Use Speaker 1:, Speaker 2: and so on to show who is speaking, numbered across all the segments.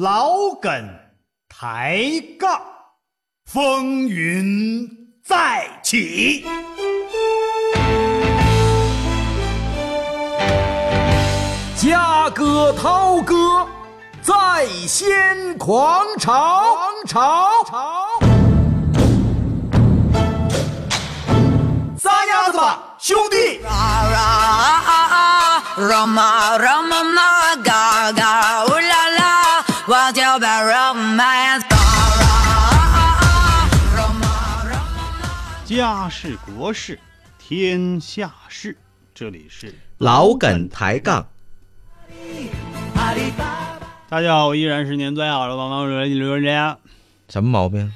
Speaker 1: 老梗抬杠，风云再起。
Speaker 2: 嘉哥、涛哥在先狂潮，潮潮，
Speaker 1: 撒丫子吧，兄弟！
Speaker 3: Roma, Roma, ma, ga, ga, ooh la la, what you be romance? Ga, ra, Roma, Roma,
Speaker 4: 家事国事天下事，这里是
Speaker 5: 老梗抬杠，
Speaker 4: 大家好，我依然是年最好的王王刘刘刘家。
Speaker 5: 什么毛病？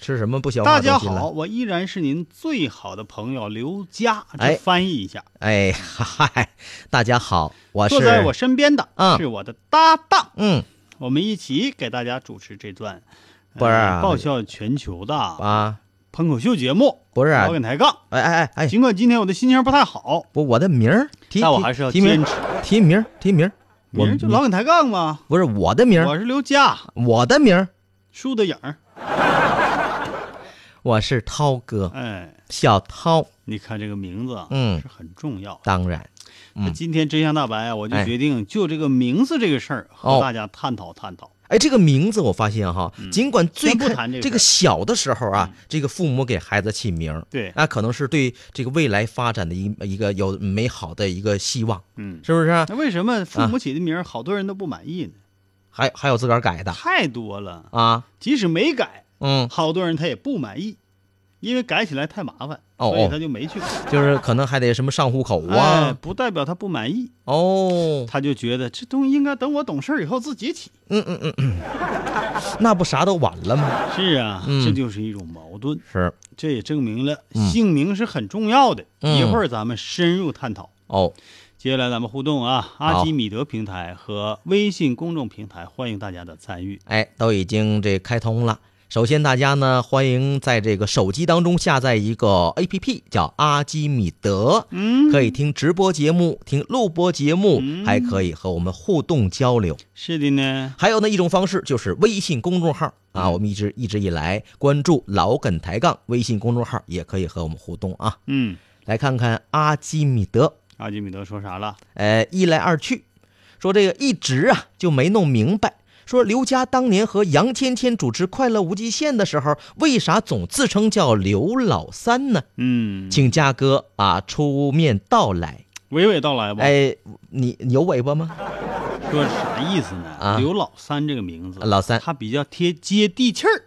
Speaker 5: 吃什么不消化？
Speaker 4: 大家好，，我依然是您最好的朋友刘佳。这
Speaker 5: 哎
Speaker 4: 翻译一下，
Speaker 5: 哎嗨，大家好，我啊是
Speaker 4: 坐在我身边的
Speaker 5: 嗯
Speaker 4: 是我的搭档，
Speaker 5: 嗯
Speaker 4: 我们一起给大家主持这段
Speaker 5: 不是啊
Speaker 4: 呃爆笑全球的
Speaker 5: 啊，
Speaker 4: 喷口秀节目，
Speaker 5: 不是啊
Speaker 4: 老梗抬杠。
Speaker 5: 哎哎哎哎，
Speaker 4: 尽管今天我的心情不太好，
Speaker 5: 不，我的名儿提，
Speaker 4: 但我
Speaker 5: 提
Speaker 4: 还是要
Speaker 5: 提名
Speaker 4: 坚持
Speaker 5: 儿，提名儿，提名儿，我
Speaker 4: 明儿就老梗抬杠嘛。
Speaker 5: 不是我的名儿，
Speaker 4: 我是刘佳，
Speaker 5: 我的名儿，
Speaker 4: 树的影儿。
Speaker 5: 我是涛哥，
Speaker 4: 哎，
Speaker 5: 小涛，
Speaker 4: 你看这个名字啊，
Speaker 5: 嗯
Speaker 4: 是很重要的。
Speaker 5: 当然，
Speaker 4: 那今天真相大白啊，我就
Speaker 5: 哎
Speaker 4: 决定就这个名字这个事儿和
Speaker 5: 哦
Speaker 4: 大家探讨探讨。
Speaker 5: 哎，这个名字我发现哈，尽管最
Speaker 4: 嗯先不
Speaker 5: 开
Speaker 4: 谈这个事儿
Speaker 5: 这
Speaker 4: 嗯
Speaker 5: 个小的时候啊，这个父母给孩子起名儿，
Speaker 4: 对
Speaker 5: 那可能是对这个未来发展的一一个有美好的一个希望，
Speaker 4: 嗯，
Speaker 5: 是不是啊？
Speaker 4: 那为什么父母起的名儿好多人都不满意呢？
Speaker 5: 还还有自个儿改的
Speaker 4: 太多了，
Speaker 5: 啊，
Speaker 4: 即使没改，
Speaker 5: 嗯，
Speaker 4: 好多人他也不满意，因为改起来太麻烦，
Speaker 5: 哦
Speaker 4: 所以
Speaker 5: 哦
Speaker 4: 他就没去改。
Speaker 5: 就是可能还得什么上户口
Speaker 4: 哎，
Speaker 5: 啊，
Speaker 4: 不代表他不满意，
Speaker 5: 哦，
Speaker 4: 他就觉得这东西应该等我懂事儿以后自己起。
Speaker 5: 那不啥都晚了吗？
Speaker 4: 是啊，
Speaker 5: 嗯
Speaker 4: 这就是一种矛盾。
Speaker 5: 是，
Speaker 4: 这也证明了姓名是很重要的。
Speaker 5: 嗯
Speaker 4: 一会儿咱们深入探讨。
Speaker 5: 哦，
Speaker 4: 接下来咱们互动啊，阿基米德平台和微信公众平台欢迎大家的参与。
Speaker 5: 哎，都已经这开通了。首先，大家呢欢迎在这个手机当中下载一个 A P P，叫阿基米德，嗯，可以听直播节目、听录播节目，还可以和我们互动交流。
Speaker 4: 是的呢，
Speaker 5: 还有呢一种方式就是微信公众号啊，我们一直一直以来关注老梗抬杠微信公众号，也可以和我们互动啊。
Speaker 4: 嗯，
Speaker 5: 来看看阿基米德，
Speaker 4: 阿基米德说啥了？
Speaker 5: 呃，一来二去，说这个一直啊就没弄明白，说刘佳当年和杨芊芊主持《快乐无极限》的时候，为啥总自称叫刘老三呢？
Speaker 4: 嗯，
Speaker 5: 请佳哥啊出面道来。
Speaker 4: 娓娓道来吧，
Speaker 5: 哎，你你有尾巴吗？
Speaker 4: 说是啥意思呢？
Speaker 5: 啊
Speaker 4: 刘老三这个名字，
Speaker 5: 老三
Speaker 4: 他比较贴接地气儿，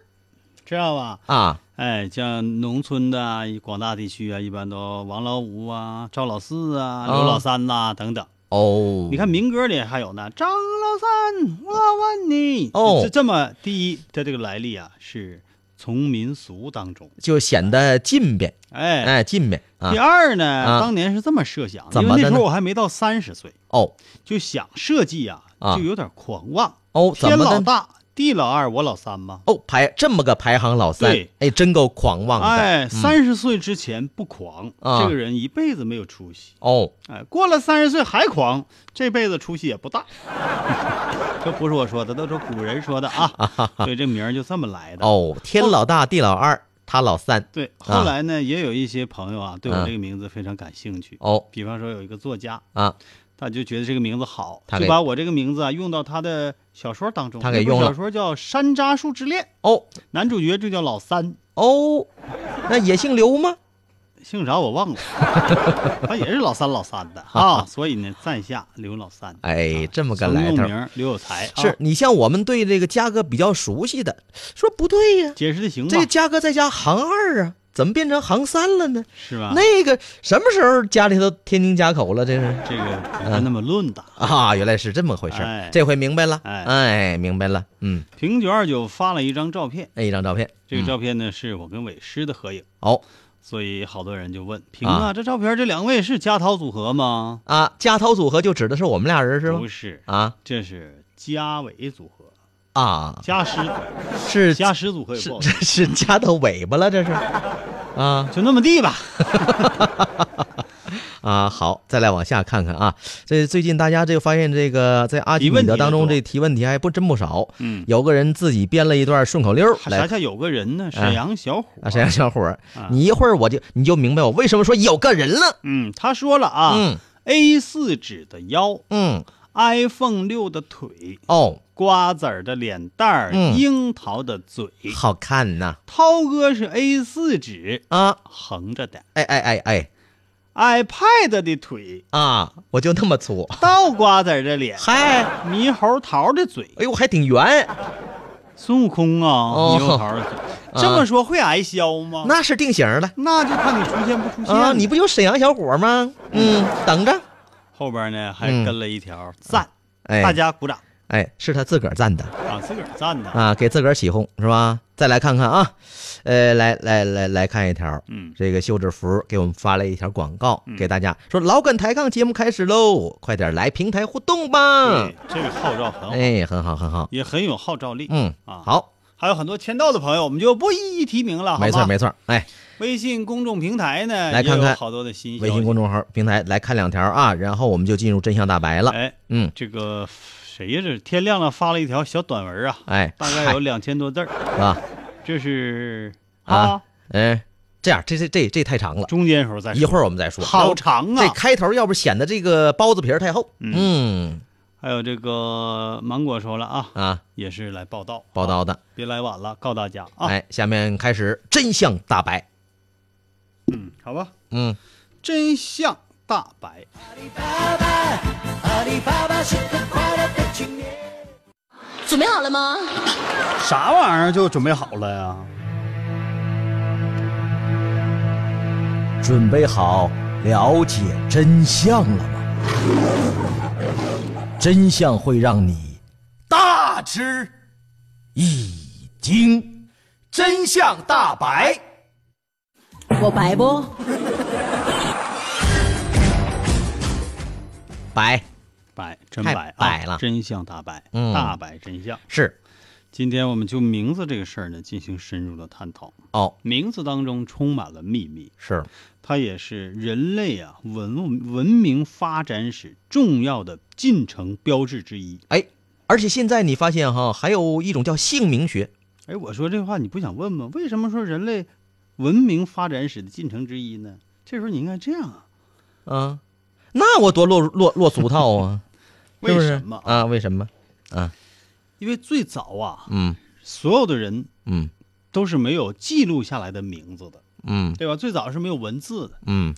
Speaker 4: 知道吧？
Speaker 5: 啊，
Speaker 4: 哎，像农村的啊广大地区啊，一般都王老五啊、赵老四啊、刘老三呐、等等。
Speaker 5: 哦，
Speaker 4: 你看民歌里还有呢，张老三，我问你，
Speaker 5: 哦
Speaker 4: 是这么第一，它这个来历啊是从民俗当中，
Speaker 5: 就显得近呗，
Speaker 4: 哎，
Speaker 5: 哎，近呗啊
Speaker 4: 第。二呢，
Speaker 5: 啊
Speaker 4: 当年是这么设想，
Speaker 5: 怎
Speaker 4: 因
Speaker 5: 么
Speaker 4: 为那
Speaker 5: 的
Speaker 4: 时候
Speaker 5: 呢
Speaker 4: 我还没到三十岁，
Speaker 5: 哦
Speaker 4: 就想设计啊，
Speaker 5: 啊
Speaker 4: 就有点狂妄，
Speaker 5: 哦，怎
Speaker 4: 天
Speaker 5: 么
Speaker 4: 老
Speaker 5: 的？
Speaker 4: 大，地老二，我老三嘛，
Speaker 5: 哦，排这么个排行老三
Speaker 4: 对，
Speaker 5: 哎，真够狂妄的。
Speaker 4: 哎，
Speaker 5: 嗯
Speaker 4: 三十岁之前不狂，
Speaker 5: 啊
Speaker 4: 这个人一辈子没有出息，
Speaker 5: 哦，
Speaker 4: 哎，过了三十岁还狂，这辈子出息也不大。 这不是我说的，都是古人说的 啊，所以这名儿就这么来的。
Speaker 5: 哦，啊天老大，地老二，他老三。
Speaker 4: 对，后来呢，也有一些朋友啊，对
Speaker 5: 嗯
Speaker 4: 我这个名字非常感兴趣。
Speaker 5: 哦
Speaker 4: 比方说有一个作家，
Speaker 5: 啊，
Speaker 4: 他就觉得这个名字好，
Speaker 5: 他
Speaker 4: 就
Speaker 5: 给
Speaker 4: 把我这个名字啊用到他的小说当中。
Speaker 5: 他给
Speaker 4: 那本
Speaker 5: 用了
Speaker 4: 小说叫《山楂树之恋
Speaker 5: 哦》，
Speaker 4: 男主角就叫老三，
Speaker 5: 哦，那也姓刘吗？
Speaker 4: 姓啥我忘了，他也是老三老三 的啊。所以呢，在下刘老三，啊
Speaker 5: 哎，这么个
Speaker 4: 曾
Speaker 5: 来
Speaker 4: 用
Speaker 5: 头。
Speaker 4: 名儿刘有才啊，
Speaker 5: 是你像我们对这个嘉哥比较熟悉的，说不对呀、
Speaker 4: 解释的行吧
Speaker 5: 这？嘉哥在家行二啊，怎么变成行三了呢？
Speaker 4: 是吧？
Speaker 5: 那个什么时候家里头添丁加口了？这是
Speaker 4: 这个不是那么论的。
Speaker 5: 啊，原来是这么回事儿，
Speaker 4: 哎
Speaker 5: 这回明白了。
Speaker 4: 哎
Speaker 5: 哎，明白了。嗯，
Speaker 4: 平九二九发了一张照片，
Speaker 5: 那一张照片，
Speaker 4: 这个
Speaker 5: 嗯
Speaker 4: 照片呢是我跟伟师的合影，
Speaker 5: 哦
Speaker 4: 所以好多人就问：平啊，
Speaker 5: 啊
Speaker 4: 这照片这两位是嘉涛组合吗？
Speaker 5: 啊，加涛组合就指的是我们俩人是吗
Speaker 4: 不？是，
Speaker 5: 啊
Speaker 4: 这是嘉伟组合，
Speaker 5: 啊，
Speaker 4: 嘉师
Speaker 5: 是
Speaker 4: 嘉师组合也
Speaker 5: 是
Speaker 4: 不好
Speaker 5: 这
Speaker 4: 说，
Speaker 5: 是夹到尾巴了，这是啊
Speaker 4: 就那么地吧。
Speaker 5: 啊，好，再来往下看看啊。这最近大家这个发现，这个在阿基
Speaker 4: 提
Speaker 5: 米
Speaker 4: 问题
Speaker 5: 德
Speaker 4: 的
Speaker 5: 当中，
Speaker 4: 多
Speaker 5: 这提问题还不真不少。
Speaker 4: 嗯，
Speaker 5: 有个人自己编了一段顺口溜儿
Speaker 4: 啥
Speaker 5: 来
Speaker 4: 叫有个人呢？
Speaker 5: 啊
Speaker 4: 沈阳小伙
Speaker 5: 啊，沈阳小伙儿
Speaker 4: 啊，
Speaker 5: 你一会儿我就你就明白我为什么说有个人了。
Speaker 4: 嗯，他说了啊、
Speaker 5: 嗯
Speaker 4: a 四纸的腰
Speaker 5: 嗯，
Speaker 4: ，iPhone 六的腿，
Speaker 5: 哦，
Speaker 4: 瓜子儿的脸蛋儿、
Speaker 5: 嗯
Speaker 4: 樱桃的嘴。
Speaker 5: 好看呐
Speaker 4: 涛哥是 A 四纸
Speaker 5: 啊，
Speaker 4: 横着的
Speaker 5: 哎哎哎哎
Speaker 4: ，iPad 的 腿，
Speaker 5: 啊，我就那么粗，
Speaker 4: 倒瓜子儿的脸，
Speaker 5: 嗨，
Speaker 4: 猕猴桃的嘴，
Speaker 5: 哎呦还挺圆，
Speaker 4: 啊孙悟空啊，
Speaker 5: 哦嗯
Speaker 4: 猕猴桃的 嘴。这么说会挨削吗？
Speaker 5: 那是定型儿了
Speaker 4: 那就看你出现不出现
Speaker 5: 啊！
Speaker 4: 了。
Speaker 5: 你不就沈阳小伙儿吗？嗯，等着，
Speaker 4: 后边呢还
Speaker 5: 嗯
Speaker 4: 跟了一条赞，
Speaker 5: 哎，
Speaker 4: 大家鼓掌
Speaker 5: 哎，是他自个儿赞的。
Speaker 4: 啊，自个儿赞的。
Speaker 5: 啊，给自个儿起哄是吧？再来看看啊，呃，来来来来看一条，
Speaker 4: 嗯
Speaker 5: 这个秀智福给我们发了一条广告，
Speaker 4: 嗯
Speaker 5: 给大家说老梗抬杠节目开始喽，快点来平台互动吧
Speaker 4: 对。，这个号召很好，
Speaker 5: 嗯哎，很好很好，
Speaker 4: 也很有号召力。
Speaker 5: 嗯，
Speaker 4: 啊，，
Speaker 5: 好，
Speaker 4: 还有很多签到的朋友，我们就不一一提名了，好吗
Speaker 5: 没错没错，哎，
Speaker 4: 微信公众平台呢，
Speaker 5: 来看看
Speaker 4: 也有好多的新消
Speaker 5: 微
Speaker 4: 息
Speaker 5: 信公众号平台来看两条啊，然后我们就进入真相大白了。
Speaker 4: 哎，
Speaker 5: 嗯，
Speaker 4: 这个谁呀？这是天亮了发了一条小短文啊，
Speaker 5: 哎，
Speaker 4: 大概有两千多字儿。
Speaker 5: 嗨啊
Speaker 4: 这是
Speaker 5: 啊，，嗯，这样这这这这太长了，
Speaker 4: 中间时候再说
Speaker 5: 一会儿我们再说。
Speaker 4: 好长啊
Speaker 5: 这。开头要不显得这个包子皮儿太厚。嗯
Speaker 4: 还有这个芒果说了啊，
Speaker 5: 啊，
Speaker 4: 也是来报道
Speaker 5: 报道
Speaker 4: 啊
Speaker 5: 的。
Speaker 4: 别来晚了，告大家啊。
Speaker 5: 哎，下面开始真相大白。
Speaker 4: 嗯好吧，
Speaker 5: 嗯，
Speaker 4: 真相大白。
Speaker 6: 准备好了吗？
Speaker 1: 啥玩意儿就准备好了呀？
Speaker 2: 准备好了解真相了吗？真相会让你大吃一惊。
Speaker 1: 真相大白，
Speaker 6: 我白不？
Speaker 5: 白
Speaker 4: 白真
Speaker 5: 太
Speaker 4: 白啊，
Speaker 5: 白了
Speaker 4: 真相大白，
Speaker 5: 嗯
Speaker 4: 大白真相。
Speaker 5: 是
Speaker 4: 今天我们就名字这个事儿呢进行深入的探讨。
Speaker 5: 哦，
Speaker 4: 名字当中充满了秘密，
Speaker 5: 是
Speaker 4: 它也是人类啊文物文明发展史重要的进程标志之一。
Speaker 5: 哎，而且现在你发现哈，还有一种叫姓名学，
Speaker 4: 哎，我说这话你不想问吗？为什么说人类文明发展史的进程之一呢？这时候你应该这样啊，
Speaker 5: 啊，那我多落落落俗套啊，是
Speaker 4: 为
Speaker 5: 不
Speaker 4: 什
Speaker 5: 是
Speaker 4: 么啊？
Speaker 5: 啊？为什么？
Speaker 4: 因为最早啊，
Speaker 5: 嗯
Speaker 4: 所有的人
Speaker 5: 嗯
Speaker 4: 都是没有记录下来的名字的，
Speaker 5: 嗯
Speaker 4: 对吧？最早是没有文字的，
Speaker 5: 嗯，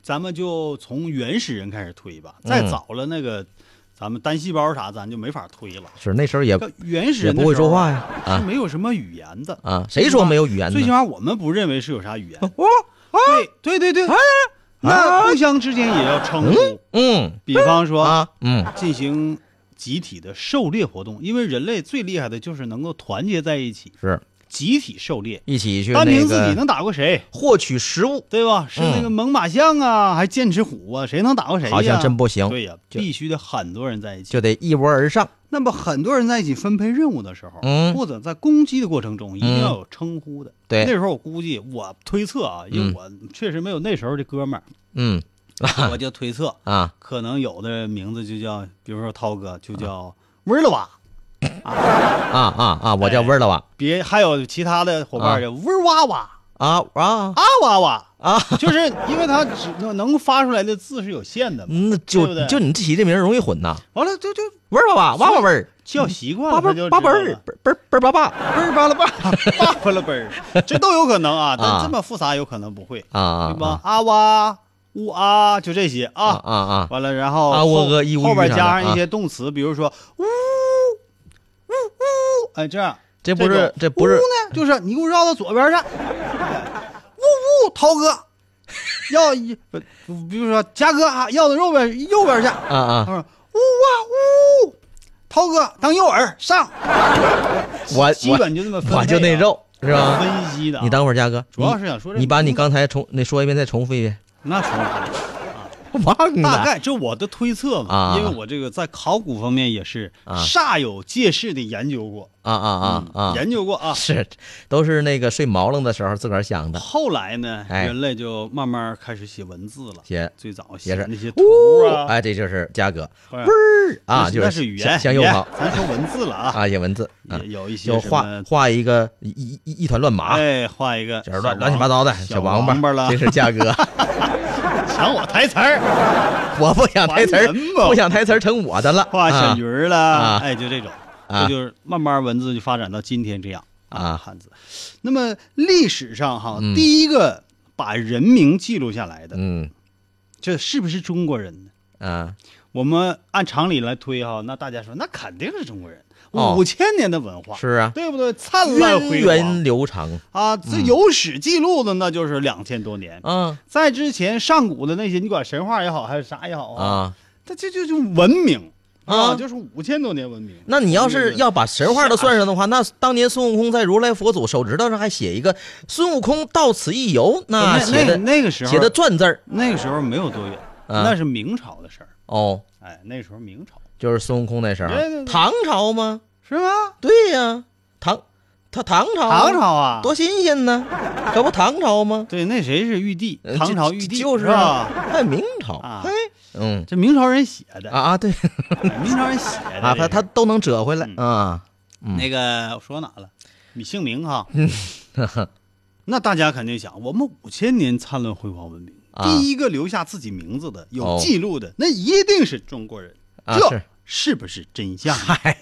Speaker 4: 咱们就从原始人开始推吧。再早了，那个、咱们单细胞啥，咱就没法推了。
Speaker 5: 是那时候也
Speaker 4: 要原始
Speaker 5: 也
Speaker 4: 人的
Speaker 5: 不会
Speaker 4: 时候
Speaker 5: 说话
Speaker 4: 啊
Speaker 5: 呀
Speaker 4: 是
Speaker 5: 啊
Speaker 4: 没有什么语言的。
Speaker 5: 啊！谁说没有语言
Speaker 4: 最起
Speaker 5: 呢？
Speaker 4: 码我们不认为是有啥语言。
Speaker 5: 哦啊
Speaker 4: 对对对对，那互相之间也要称呼，
Speaker 5: 嗯
Speaker 4: 比方说
Speaker 5: 啊嗯
Speaker 4: 进行集体的狩猎活动，因为人类最厉害的就是能够团结在一起，
Speaker 5: 是
Speaker 4: 集体狩猎。
Speaker 5: 一起去
Speaker 4: 单
Speaker 5: 那
Speaker 4: 凭自己
Speaker 5: 个
Speaker 4: 能打过谁，
Speaker 5: 获取食物，
Speaker 4: 对吧？是那个猛犸象啊，还剑齿虎啊，谁能打过谁呀？
Speaker 5: 好像真不行
Speaker 4: 对呀，
Speaker 5: 就
Speaker 4: 必须得很多人在一起
Speaker 5: 就。得一窝而上。
Speaker 4: 那么很多人在一起分配任务的时候，
Speaker 5: 嗯
Speaker 4: 或者在攻击的过程中，一定要有称呼的。
Speaker 5: 对
Speaker 4: 那时候我估计，我推测啊，因为
Speaker 5: 嗯
Speaker 4: 我确实没有那时候的哥们儿，
Speaker 5: 嗯
Speaker 4: 我就推测，
Speaker 5: 啊，
Speaker 4: 可能有的名字就叫，比如说涛哥就叫维勒瓦，
Speaker 5: 啊啊啊！我叫
Speaker 4: 哎
Speaker 5: 温德瓦
Speaker 4: 别还有其他的伙
Speaker 5: 啊
Speaker 4: 伴叫维哇哇、
Speaker 5: 啊啊
Speaker 4: 啊哇哇，
Speaker 5: 啊！
Speaker 4: 就是因为他只能能发出来的字是有限的嘛。
Speaker 5: 嗯，那就
Speaker 4: 对不对
Speaker 5: 就你自己这名儿容易混呐，
Speaker 4: 完了，就就
Speaker 5: 味儿吧吧，哇哇味儿，
Speaker 4: 叫习惯
Speaker 5: 叭
Speaker 4: 了，
Speaker 5: 叭
Speaker 4: 他就知
Speaker 5: 叭
Speaker 4: 道
Speaker 5: 叭儿
Speaker 4: 了，
Speaker 5: 嘣嘣嘣叭叭
Speaker 4: 嘣儿巴拉巴拉，叭巴拉嘣儿， 这都有可能啊，
Speaker 5: 啊
Speaker 4: 但这么复杂有可能不会。
Speaker 5: 啊，
Speaker 4: 对吧？啊哇呜啊，就这些
Speaker 5: 啊
Speaker 4: 啊。
Speaker 5: 啊啊！
Speaker 4: 完了，然后
Speaker 5: 啊喔
Speaker 4: 后
Speaker 5: 呃一乌
Speaker 4: 后边
Speaker 5: 鱼啥的
Speaker 4: 加上一些动词，比如说呜呜呜，哎，这样
Speaker 5: 这不是
Speaker 4: 种
Speaker 5: 这不是
Speaker 4: 呜呢，就是你给我绕到左边去， 呜呜，涛哥 要一，不比如说佳哥啊，要到右边右边去，
Speaker 5: 啊
Speaker 4: 他
Speaker 5: 啊！
Speaker 4: 说呜啊呜，涛哥当诱饵上，
Speaker 5: 我
Speaker 4: 基本就这么分
Speaker 5: 我我就
Speaker 4: 配
Speaker 5: 那
Speaker 4: 啊
Speaker 5: 肉是吧？
Speaker 4: 分析的啊。
Speaker 5: 你等会儿，嘉哥，
Speaker 4: 主要
Speaker 5: 你
Speaker 4: 是想说这
Speaker 5: 你把你
Speaker 4: 名字
Speaker 5: 刚才重那说一遍，再重复一遍。
Speaker 4: 那说不定啊，
Speaker 5: 忘
Speaker 4: 大
Speaker 5: 的。
Speaker 4: 概这我的推测嘛，
Speaker 5: 啊
Speaker 4: 因为我这个在考古方面也是
Speaker 5: 啊
Speaker 4: 煞有介事的研究过
Speaker 5: 啊啊啊啊！
Speaker 4: 研究过啊。
Speaker 5: 是，都是那个睡毛愣的时候自个儿想的，
Speaker 4: 后来呢，
Speaker 5: 哎
Speaker 4: 人类就慢慢开始写文字了，
Speaker 5: 写
Speaker 4: 最早
Speaker 5: 也
Speaker 4: 写
Speaker 5: 是
Speaker 4: 那些图
Speaker 5: 呜
Speaker 4: 啊，
Speaker 5: 哎，这就是嘉哥
Speaker 4: 不是
Speaker 5: 啊，
Speaker 4: 那
Speaker 5: 就
Speaker 4: 那是语言，
Speaker 5: 向向
Speaker 4: 语
Speaker 5: 右
Speaker 4: 言
Speaker 5: 跑
Speaker 4: 咱说文字了啊，
Speaker 5: 啊，写文字啊
Speaker 4: 也，有一些
Speaker 5: 就
Speaker 4: 什
Speaker 5: 画
Speaker 4: 么
Speaker 5: 画一个一一一团乱麻，
Speaker 4: 哎，画一个
Speaker 5: 这是乱乱七八糟的小王
Speaker 4: 王
Speaker 5: 八，
Speaker 4: 了
Speaker 5: 这，是嘉 哥，
Speaker 4: 抢我台词儿，
Speaker 5: 我不想台词儿
Speaker 4: 还人，吧
Speaker 5: 不想台词儿成我 的了，
Speaker 4: 画小
Speaker 5: 啊
Speaker 4: 鱼儿了
Speaker 5: 啊，
Speaker 4: 哎，就这种，
Speaker 5: 啊
Speaker 4: 这就是慢慢文字就发展到今天这样
Speaker 5: 啊
Speaker 4: 汉字。那么历史上哈
Speaker 5: 嗯，
Speaker 4: 第一个把人名记录下来的，
Speaker 5: 嗯
Speaker 4: 这是不是中国人呢？
Speaker 5: 啊，
Speaker 4: 我们按常理来推哈，那大家说那肯定是中国人，
Speaker 5: 哦
Speaker 4: 五千年的文化，
Speaker 5: 是啊，
Speaker 4: 对不对？灿烂
Speaker 5: 源
Speaker 4: 辉煌
Speaker 5: 远 流长
Speaker 4: 啊，这有史记录的那就是两千多年。
Speaker 5: 啊
Speaker 4: 在之前上古的那些，你管神话也好，还是啥也好啊，
Speaker 5: 啊。
Speaker 4: 它这就就文明
Speaker 5: 啊
Speaker 4: 就是五千多年文明。
Speaker 5: 那你要是
Speaker 4: 对
Speaker 5: 要把神话都算上的话，那当年孙悟空在如来佛祖手指头上还写一个“孙悟空到此一游”，那
Speaker 4: 那
Speaker 5: 啊写
Speaker 4: 那
Speaker 5: 的
Speaker 4: 那个时候
Speaker 5: 写的篆字儿
Speaker 4: 那个时候没有多远，
Speaker 5: 啊
Speaker 4: 那是明朝的事儿。
Speaker 5: 哦，
Speaker 4: 哎，那时候明朝
Speaker 5: 就是孙悟空那时候
Speaker 4: 对对对，
Speaker 5: 唐朝吗？
Speaker 4: 是吗？
Speaker 5: 对呀，唐他唐朝啊，
Speaker 4: 唐朝啊，
Speaker 5: 多新鲜呢，可不唐朝吗？
Speaker 4: 对，那谁是玉帝？
Speaker 5: 呃
Speaker 4: 唐朝
Speaker 5: 就
Speaker 4: 玉帝
Speaker 5: 就是啊
Speaker 4: 吧？，
Speaker 5: 还有明朝，
Speaker 4: 啊哎
Speaker 5: 嘿，嗯
Speaker 4: 这明朝人写的，
Speaker 5: 啊啊，对
Speaker 4: 明朝人写的
Speaker 5: 啊，他他都能折回来
Speaker 4: 嗯
Speaker 5: 啊，嗯
Speaker 4: 那个我说哪了？你姓明哈？ 那大家肯定想，我们五千年灿烂辉煌文明，
Speaker 5: 啊
Speaker 4: 第一个留下自己名字的、有
Speaker 5: 哦
Speaker 4: 记录的，那一定是中国人。
Speaker 5: 啊
Speaker 4: 这
Speaker 5: 是
Speaker 4: 是不是真相？
Speaker 5: 嗨，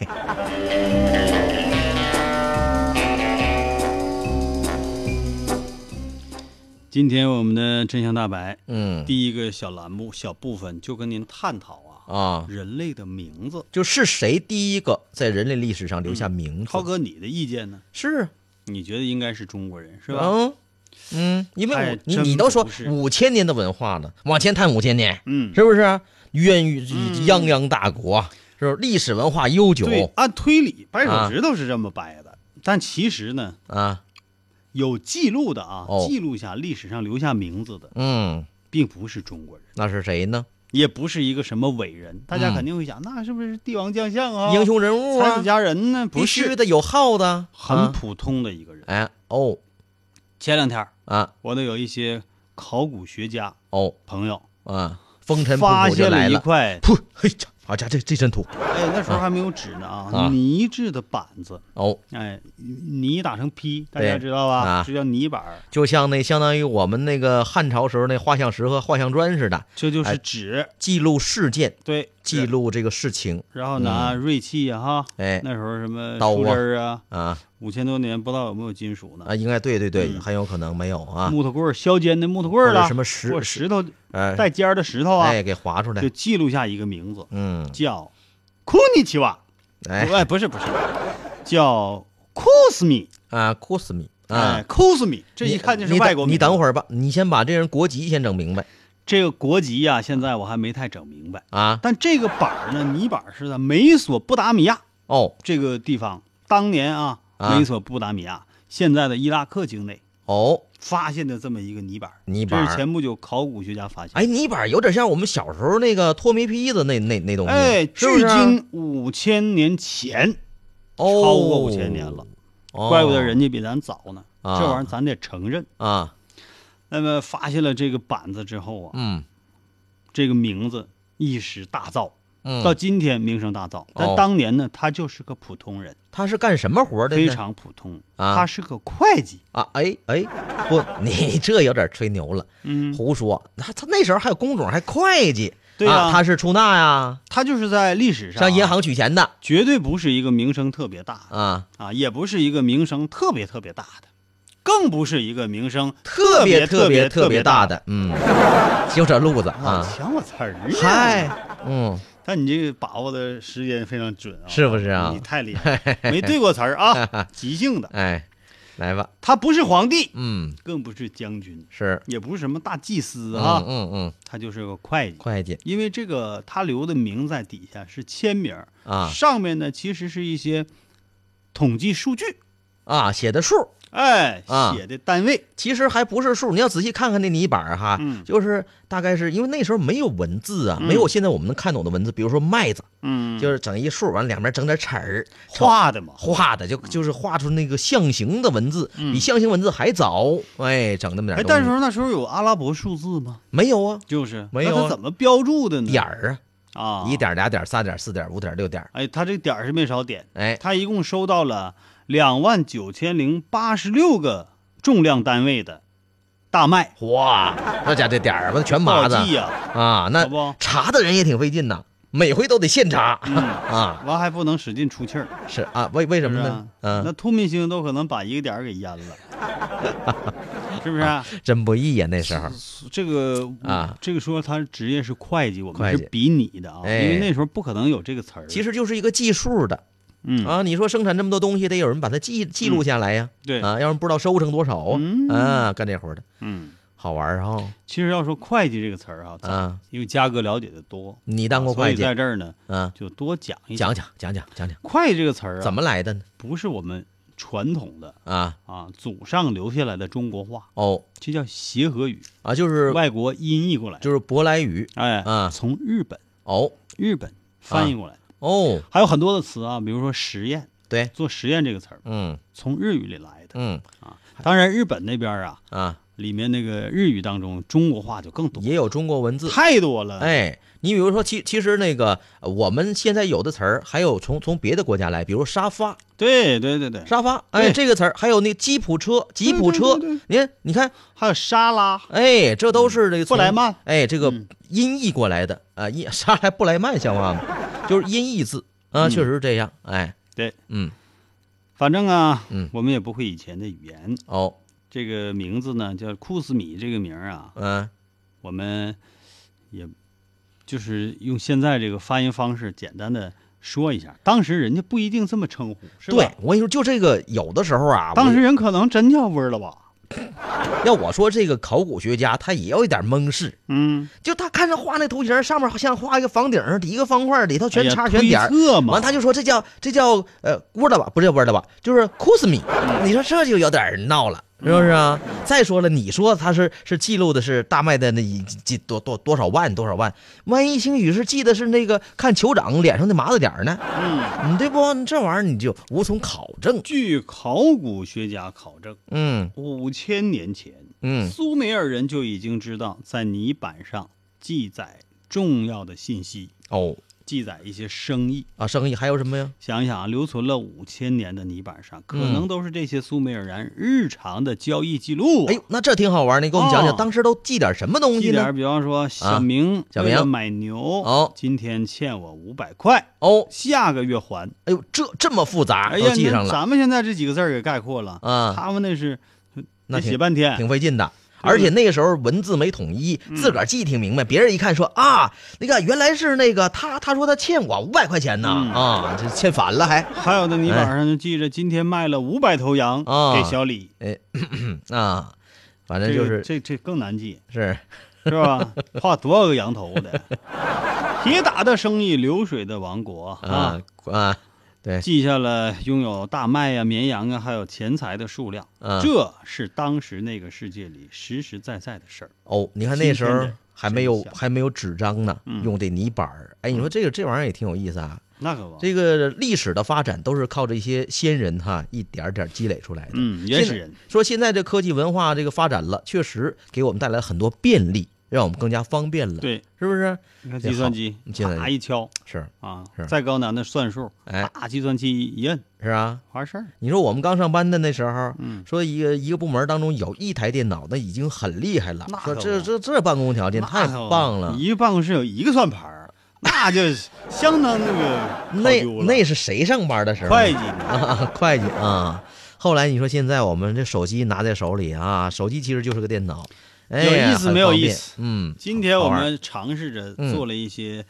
Speaker 4: 今天我们的真相大白
Speaker 5: 嗯
Speaker 4: 第一个小栏目小部分就跟您探讨啊，
Speaker 5: 啊，
Speaker 4: 人类的名字。
Speaker 5: 就是谁第一个在人类历史上留下名字？
Speaker 4: 涛哥，你的意见呢？
Speaker 5: 是啊
Speaker 4: 你觉得应该是中国人是吧？
Speaker 5: 嗯嗯，因为
Speaker 4: 哎
Speaker 5: 我你
Speaker 4: 真
Speaker 5: 你都说
Speaker 4: 不是
Speaker 5: 五千年的文化了，往前探五千年，
Speaker 4: 嗯，
Speaker 5: 是不是啊？渊与泱泱大国，啊是不是历史文化悠久
Speaker 4: 对，按推理掰
Speaker 5: 啊
Speaker 4: 手指头是这么掰的，但其实呢，
Speaker 5: 啊？
Speaker 4: 有记录的啊，
Speaker 5: 哦
Speaker 4: 记录下历史上留下名字的，
Speaker 5: 嗯，
Speaker 4: 并不是中国人，
Speaker 5: 那是谁呢？
Speaker 4: 也不是一个什么伟人。大家
Speaker 5: 嗯
Speaker 4: 肯定会想，那是不是帝王将相啊？
Speaker 5: 英雄人物
Speaker 4: 才子
Speaker 5: 啊，
Speaker 4: 佳人呢？不
Speaker 5: 必须
Speaker 4: 是，
Speaker 5: 的，有号的，
Speaker 4: 很
Speaker 5: 啊
Speaker 4: 普通的一个人。
Speaker 5: 哎哦
Speaker 4: 前两天儿
Speaker 5: 啊
Speaker 4: 我那有一些考古学家
Speaker 5: 哦
Speaker 4: 朋友
Speaker 5: 啊，风尘
Speaker 4: 发
Speaker 5: 仆仆就
Speaker 4: 现
Speaker 5: 来
Speaker 4: 一
Speaker 5: 了。
Speaker 4: 块，
Speaker 5: 噗，嘿，这好家伙，这这真土
Speaker 4: 哎，那时候还没有纸呢啊
Speaker 5: 啊，
Speaker 4: 泥制的板子，
Speaker 5: 哦，
Speaker 4: 哎，泥打成坯，大
Speaker 5: 对
Speaker 4: 家知道吧
Speaker 5: 啊？
Speaker 4: 这叫泥板儿，
Speaker 5: 就像那相当于我们那个汉朝时候那画像石和画像砖似的，
Speaker 4: 这就是
Speaker 5: 哎
Speaker 4: 纸，
Speaker 5: 记录事件，
Speaker 4: 对，
Speaker 5: 记录这个事情。
Speaker 4: 然后拿锐器呀，哈，
Speaker 5: 哎
Speaker 4: 那时候什么
Speaker 5: 刀啊
Speaker 4: 树枝儿啊，
Speaker 5: 啊
Speaker 4: 五千多年不知道有没有金属呢
Speaker 5: 啊，？应该对对对，
Speaker 4: 嗯
Speaker 5: 很有可能没有啊，
Speaker 4: 木头棍儿，削尖的木头棍
Speaker 5: 或
Speaker 4: 儿
Speaker 5: 者
Speaker 4: 了，
Speaker 5: 什么石
Speaker 4: 或者石头
Speaker 5: 呃，
Speaker 4: 带尖儿的石头啊，
Speaker 5: 哎，给划出来
Speaker 4: 就，记录下一个名字，
Speaker 5: 嗯，
Speaker 4: 叫库尼奇瓦，
Speaker 5: 哎
Speaker 4: 哎，不是不是，叫库斯米，
Speaker 5: 啊，库斯米
Speaker 4: 哎
Speaker 5: 啊，，
Speaker 4: 库斯米，这
Speaker 5: 你
Speaker 4: 一看就是
Speaker 5: 你
Speaker 4: 外
Speaker 5: 等
Speaker 4: 国名。
Speaker 5: 你等会儿吧，你先把这人国籍先整明白
Speaker 4: 这个国籍呀、现在我还没太整明白。
Speaker 5: 啊。
Speaker 4: 但这个板儿呢，泥板儿是在美索不达米亚
Speaker 5: 哦
Speaker 4: 这个地方，当年啊，
Speaker 5: 啊
Speaker 4: 美索不达米亚现在的伊拉克境内
Speaker 5: 哦，
Speaker 4: 发现的这么一个泥板儿。
Speaker 5: 泥板儿
Speaker 4: 这是前不久考古学家发现。
Speaker 5: 哎，泥板有点像我们小时候那个脱煤坯子那那那东西，
Speaker 4: 哎，
Speaker 5: 是不
Speaker 4: 距
Speaker 5: 是啊
Speaker 4: 今五千年前，
Speaker 5: 哦
Speaker 4: 超过5000年了，
Speaker 5: 哦
Speaker 4: 怪不得人家比咱早呢。
Speaker 5: 啊
Speaker 4: 这玩意儿咱得承认。
Speaker 5: 啊，
Speaker 4: 那么发现了这个板子之后啊，
Speaker 5: 嗯
Speaker 4: 这个名字一时大噪，
Speaker 5: 嗯，
Speaker 4: 到今天名声大噪。但
Speaker 5: 哦
Speaker 4: 当年呢，他就是个普通人。
Speaker 5: 他是干什么活的呢？
Speaker 4: 非常普通，
Speaker 5: 啊
Speaker 4: 他是个会计，
Speaker 5: 啊，哎哎，不， 你这有点吹牛了，
Speaker 4: 嗯，
Speaker 5: 胡说。他他那时候还有工种，还会计，
Speaker 4: 对呀
Speaker 5: 啊，他是出纳呀，
Speaker 4: 他就是在历史上、啊
Speaker 5: 上银，行取钱的
Speaker 4: 绝对不是一个名声特别大的
Speaker 5: 啊，
Speaker 4: 啊，也不是一个名声特别特别大的，更不是一个名声
Speaker 5: 特
Speaker 4: 别
Speaker 5: 特
Speaker 4: 别
Speaker 5: 特
Speaker 4: 别
Speaker 5: 别大。的，嗯， 就这路 子
Speaker 4: 啊，
Speaker 5: 啊，
Speaker 4: 抢我词儿呀！
Speaker 5: 嗨，嗯，
Speaker 4: 但你这个把握的时间非常准啊，
Speaker 5: 是不是啊
Speaker 4: 你太厉害 了，没对过词儿啊，即兴的。
Speaker 5: 哎，来吧，
Speaker 4: 他不是皇帝，
Speaker 5: 嗯，
Speaker 4: 更不是将军，
Speaker 5: 是，
Speaker 4: 也不是什么大祭司
Speaker 5: 嗯
Speaker 4: 啊，
Speaker 5: 嗯嗯，
Speaker 4: 他就是个会计。
Speaker 5: 会计
Speaker 4: 因为这个他留的名在底下是签名儿
Speaker 5: 啊
Speaker 4: 上面呢其实是一些统计数据，
Speaker 5: 啊，写的数
Speaker 4: 哎，
Speaker 5: 啊
Speaker 4: 写的单位，
Speaker 5: 其实还不是数，你要仔细看看那泥板儿哈，
Speaker 4: 嗯
Speaker 5: 就是大概是因为那时候没有文字啊，
Speaker 4: 嗯
Speaker 5: 没有现在我们能看懂的文字，比如说麦子，
Speaker 4: 嗯，
Speaker 5: 就是整一竖，完了两边整点齿儿，
Speaker 4: 画的嘛，
Speaker 5: 画的就就是画出那个象形的文字，
Speaker 4: 嗯
Speaker 5: 比象形文字还早，哎，整那么点
Speaker 4: 哎
Speaker 5: 儿，东西。
Speaker 4: 但是那时候有阿拉伯数字吗？
Speaker 5: 没有啊，
Speaker 4: 就是，
Speaker 5: 没有啊
Speaker 4: 那他怎么标注的呢？
Speaker 5: 点儿
Speaker 4: 啊
Speaker 5: 啊，，一。点儿、俩点儿、三点儿、四点儿、五点儿、六点儿，
Speaker 4: 哎，他这个点儿是没少点，
Speaker 5: 哎，
Speaker 4: 他一共收到了两万九千零八十六个重量单位的大麦，
Speaker 5: 哇，那家这点儿吧全
Speaker 4: 不好
Speaker 5: 麻子
Speaker 4: 记呀，
Speaker 5: 啊，那
Speaker 4: 好不？
Speaker 5: 查的人也挺费劲呐，每回都得现查、
Speaker 4: 嗯，
Speaker 5: 啊，
Speaker 4: 完还不能使劲出气儿，
Speaker 5: 是啊，为为什
Speaker 4: 是
Speaker 5: 么
Speaker 4: 不是
Speaker 5: 呢
Speaker 4: 啊？？
Speaker 5: 嗯、
Speaker 4: 那突明星都可能把一个点儿给淹了， 是不是 啊？
Speaker 5: 真不易呀、那时候。
Speaker 4: 这个
Speaker 5: 啊
Speaker 4: 这个说他职业是会计，我们
Speaker 5: 会
Speaker 4: 是
Speaker 5: 计
Speaker 4: 比拟的啊，
Speaker 5: 哎
Speaker 4: 因为那时候不可能有这个词儿。
Speaker 5: 其
Speaker 4: 实，
Speaker 5: 实就是一个计数的
Speaker 4: 嗯
Speaker 5: 啊。你说生产这么多东西，得有人把它记记录下来呀，
Speaker 4: 对，
Speaker 5: 啊，要不然不知道收成多少啊
Speaker 4: 嗯。
Speaker 5: 啊，干这活的
Speaker 4: 嗯，
Speaker 5: 好玩儿哈
Speaker 4: 其实要说会计这个词儿啊，
Speaker 5: 啊。
Speaker 4: 因为嘉哥了解的多，
Speaker 5: 你当过
Speaker 4: 所
Speaker 5: 会
Speaker 4: 以
Speaker 5: 计
Speaker 4: 在这儿呢
Speaker 5: 啊？
Speaker 4: 就多讲一
Speaker 5: 讲讲讲讲讲讲，
Speaker 4: 会计这个词儿啊，
Speaker 5: 怎么来的呢？
Speaker 4: 不是我们传统的
Speaker 5: 啊，
Speaker 4: 啊祖上留下来的中国话，
Speaker 5: 哦
Speaker 4: 这叫协和语，
Speaker 5: 啊，就是
Speaker 4: 外国音译过来的，
Speaker 5: 就是舶来语
Speaker 4: 哎
Speaker 5: 啊
Speaker 4: 从日本
Speaker 5: 哦
Speaker 4: 日本翻译过来的，
Speaker 5: 哦，
Speaker 4: 还有很多的词啊，比如说实验，
Speaker 5: 对，
Speaker 4: 做实验这个词儿
Speaker 5: 嗯
Speaker 4: 从日语里来的。
Speaker 5: 嗯
Speaker 4: 当然，日本那边啊，
Speaker 5: 啊，
Speaker 4: 里面那个日语当中中国话就更多，
Speaker 5: 也有中国文字。
Speaker 4: 太多了。，
Speaker 5: 哎，你比如说，其其实那个呃我们现在有的词儿，还有从从别的国家来，比如沙发，
Speaker 4: 对对对对，
Speaker 5: 沙发，哎，
Speaker 4: 对嗯
Speaker 5: 这个词儿，还有那吉普车，吉普车，你看，你看，
Speaker 4: 还有沙拉、
Speaker 5: 哎，这都是这个
Speaker 4: 嗯布
Speaker 5: 从
Speaker 4: 莱，曼，
Speaker 5: 哎，这个
Speaker 4: 嗯
Speaker 5: 音译过来的啊，音 啥来布莱曼像话 吗？就是音译字啊，
Speaker 4: 嗯
Speaker 5: 确实是这样，哎，
Speaker 4: 对，
Speaker 5: 嗯，
Speaker 4: 反正啊，
Speaker 5: 嗯
Speaker 4: 我们也不会以前的语言。
Speaker 5: 哦，
Speaker 4: 这个名字呢，叫库斯米这个名儿啊，
Speaker 5: 嗯，
Speaker 4: 我们也就是用现在这个发音方式简单的说一下，当时人家不一定这么称呼，是吧？
Speaker 5: 对，我跟你说，就这个有的时候啊，
Speaker 4: 当时人可能真叫味儿了吧？
Speaker 5: 我要我说这个考古学家他也有一点蒙事，
Speaker 4: 嗯，
Speaker 5: 就他看着画那图形，上面像画一个房顶，底一个方块，里头
Speaker 4: 哎
Speaker 5: 全
Speaker 4: 呀
Speaker 5: 叉全点儿
Speaker 4: 推测嘛，
Speaker 5: 完，他就说这叫这叫呃窝的吧，不是窝的吧，就是库斯米。
Speaker 4: 嗯
Speaker 5: 你说这就有点儿闹了，是不是啊？再说了，你说他是是记录的是大麦的那一几多多多少万多少万，万一星宇是记的是那个看酋长脸上的麻子点儿呢？
Speaker 4: 嗯，
Speaker 5: 你对不？你这玩意儿你就无从考证。
Speaker 4: 据考古学家考证，
Speaker 5: 嗯
Speaker 4: 五千年前，
Speaker 5: 嗯，
Speaker 4: 苏美尔人就已经知道在泥板上记载重要的信息，
Speaker 5: 哦
Speaker 4: 记载一些生意。
Speaker 5: 啊，生意还有什么呀？
Speaker 4: 想一想啊，留存了五千年的泥板上，可
Speaker 5: 嗯
Speaker 4: 能都是这些苏美尔人日常的交易记录啊。
Speaker 5: 哎呦，那这挺好玩儿，你给我们讲讲
Speaker 4: 哦
Speaker 5: 当时都记点什么东西
Speaker 4: 一点儿，
Speaker 5: 呢？啊
Speaker 4: 比方说小明
Speaker 5: 小
Speaker 4: 为了
Speaker 5: 明
Speaker 4: 买牛，
Speaker 5: 哦
Speaker 4: 今天欠我五百块，
Speaker 5: 哦，
Speaker 4: 下个月还。
Speaker 5: 哎呦，这这么复杂
Speaker 4: 哎
Speaker 5: 都
Speaker 4: 呀，
Speaker 5: 记
Speaker 4: 那
Speaker 5: 上了
Speaker 4: 咱们现在这几个字儿给概括了，
Speaker 5: 啊。
Speaker 4: 他们那是
Speaker 5: 那
Speaker 4: 得
Speaker 5: 挺
Speaker 4: 写半天。
Speaker 5: 挺费劲的。
Speaker 4: 嗯
Speaker 5: 而且那个时候文字没统一，自个儿记挺明白，别人一看说啊，那个原来是那个他，他说他欠我五百块钱呢，
Speaker 4: 嗯
Speaker 5: 啊，这欠反了还，
Speaker 4: 还有那泥板上就记着今天卖了五百头羊
Speaker 5: 哎啊
Speaker 4: 给小李，
Speaker 5: 嗯啊，反正
Speaker 4: 这
Speaker 5: 就
Speaker 4: 个
Speaker 5: 是
Speaker 4: 这这更难记，
Speaker 5: 是
Speaker 4: 是 吧？画多少个羊头的？铁打的生意，流水的王国啊
Speaker 5: 啊！啊，对，
Speaker 4: 记下了拥有大麦呀、绵羊啊，还有钱财的数量，
Speaker 5: 啊
Speaker 4: 这是当时那个世界里实实在在的事儿。
Speaker 5: 哦，你看那时
Speaker 4: 今
Speaker 5: 候
Speaker 4: 天的
Speaker 5: 还没有
Speaker 4: 真相
Speaker 5: 还没有纸张呢，
Speaker 4: 嗯
Speaker 5: 用这泥板儿，哎，你说这个这玩意儿也挺有意思啊，
Speaker 4: 那可不，
Speaker 5: 这个历史的发展都是靠这些先人哈一点儿点儿积累出来的，
Speaker 4: 嗯，
Speaker 5: 现
Speaker 4: 原
Speaker 5: 在
Speaker 4: 始人，
Speaker 5: 说现在这科技文化这个发展了，确实给我们带来很多便利，让我们更加方便了，
Speaker 4: 对，
Speaker 5: 是不是？
Speaker 4: 你看
Speaker 5: 这
Speaker 4: 计算机
Speaker 5: 好计算机
Speaker 4: 啪一敲
Speaker 5: 是，
Speaker 4: 啊
Speaker 5: 是，
Speaker 4: 再高难的算数，
Speaker 5: 哎，
Speaker 4: 啪计算机一摁，
Speaker 5: 是啊。
Speaker 4: 完事儿。
Speaker 5: 你说我们刚上班的那时候，
Speaker 4: 嗯，
Speaker 5: 说一个一个部门当中有一台电脑，那已经很厉害了
Speaker 4: 那。
Speaker 5: 说
Speaker 4: 可
Speaker 5: 这
Speaker 4: 不
Speaker 5: 这这办公条件
Speaker 4: 那
Speaker 5: 太
Speaker 4: 可不
Speaker 5: 棒了，
Speaker 4: 一个办公室有一个算盘儿，那就是相当那个
Speaker 5: 那
Speaker 4: 考究了
Speaker 5: 那是谁上班的时候？
Speaker 4: 会计呢
Speaker 5: 啊， 会计啊。后来你说现在我们这手机拿在手里啊，手机其实就是个电脑，哎呀，
Speaker 4: 有意思
Speaker 5: 很
Speaker 4: 没有
Speaker 5: 方
Speaker 4: 意
Speaker 5: 便
Speaker 4: 思？
Speaker 5: 嗯，
Speaker 4: 今天我
Speaker 5: 好玩
Speaker 4: 们尝试着
Speaker 5: 嗯
Speaker 4: 做了一些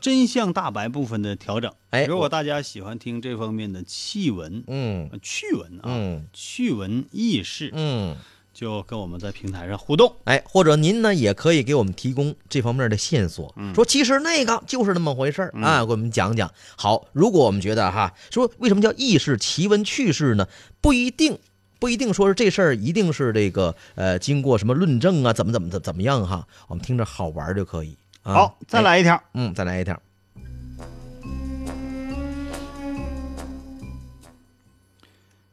Speaker 4: 真相大白部分的调整。
Speaker 5: 哎
Speaker 4: 如
Speaker 5: 我
Speaker 4: 果大家喜欢听这方面的趣闻、
Speaker 5: 嗯
Speaker 4: 呃趣闻啊、
Speaker 5: 嗯
Speaker 4: 趣闻轶事，
Speaker 5: 嗯。
Speaker 4: 就跟我们在平台上互动。
Speaker 5: 哎，或者您呢也可以给我们提供这方面的线索，
Speaker 4: 嗯
Speaker 5: 说其实那个就是那么回事儿啊，给我们讲讲。好，如果我们觉得哈，说为什么叫轶事、奇闻趣事呢？不一定不一定说是这事儿一定是这个呃经过什么论证啊，怎么怎么怎怎么样哈，我们听着好玩儿就可以。啊、
Speaker 4: 好，再
Speaker 5: 哎，
Speaker 4: 来一条。
Speaker 5: 嗯，再来一条。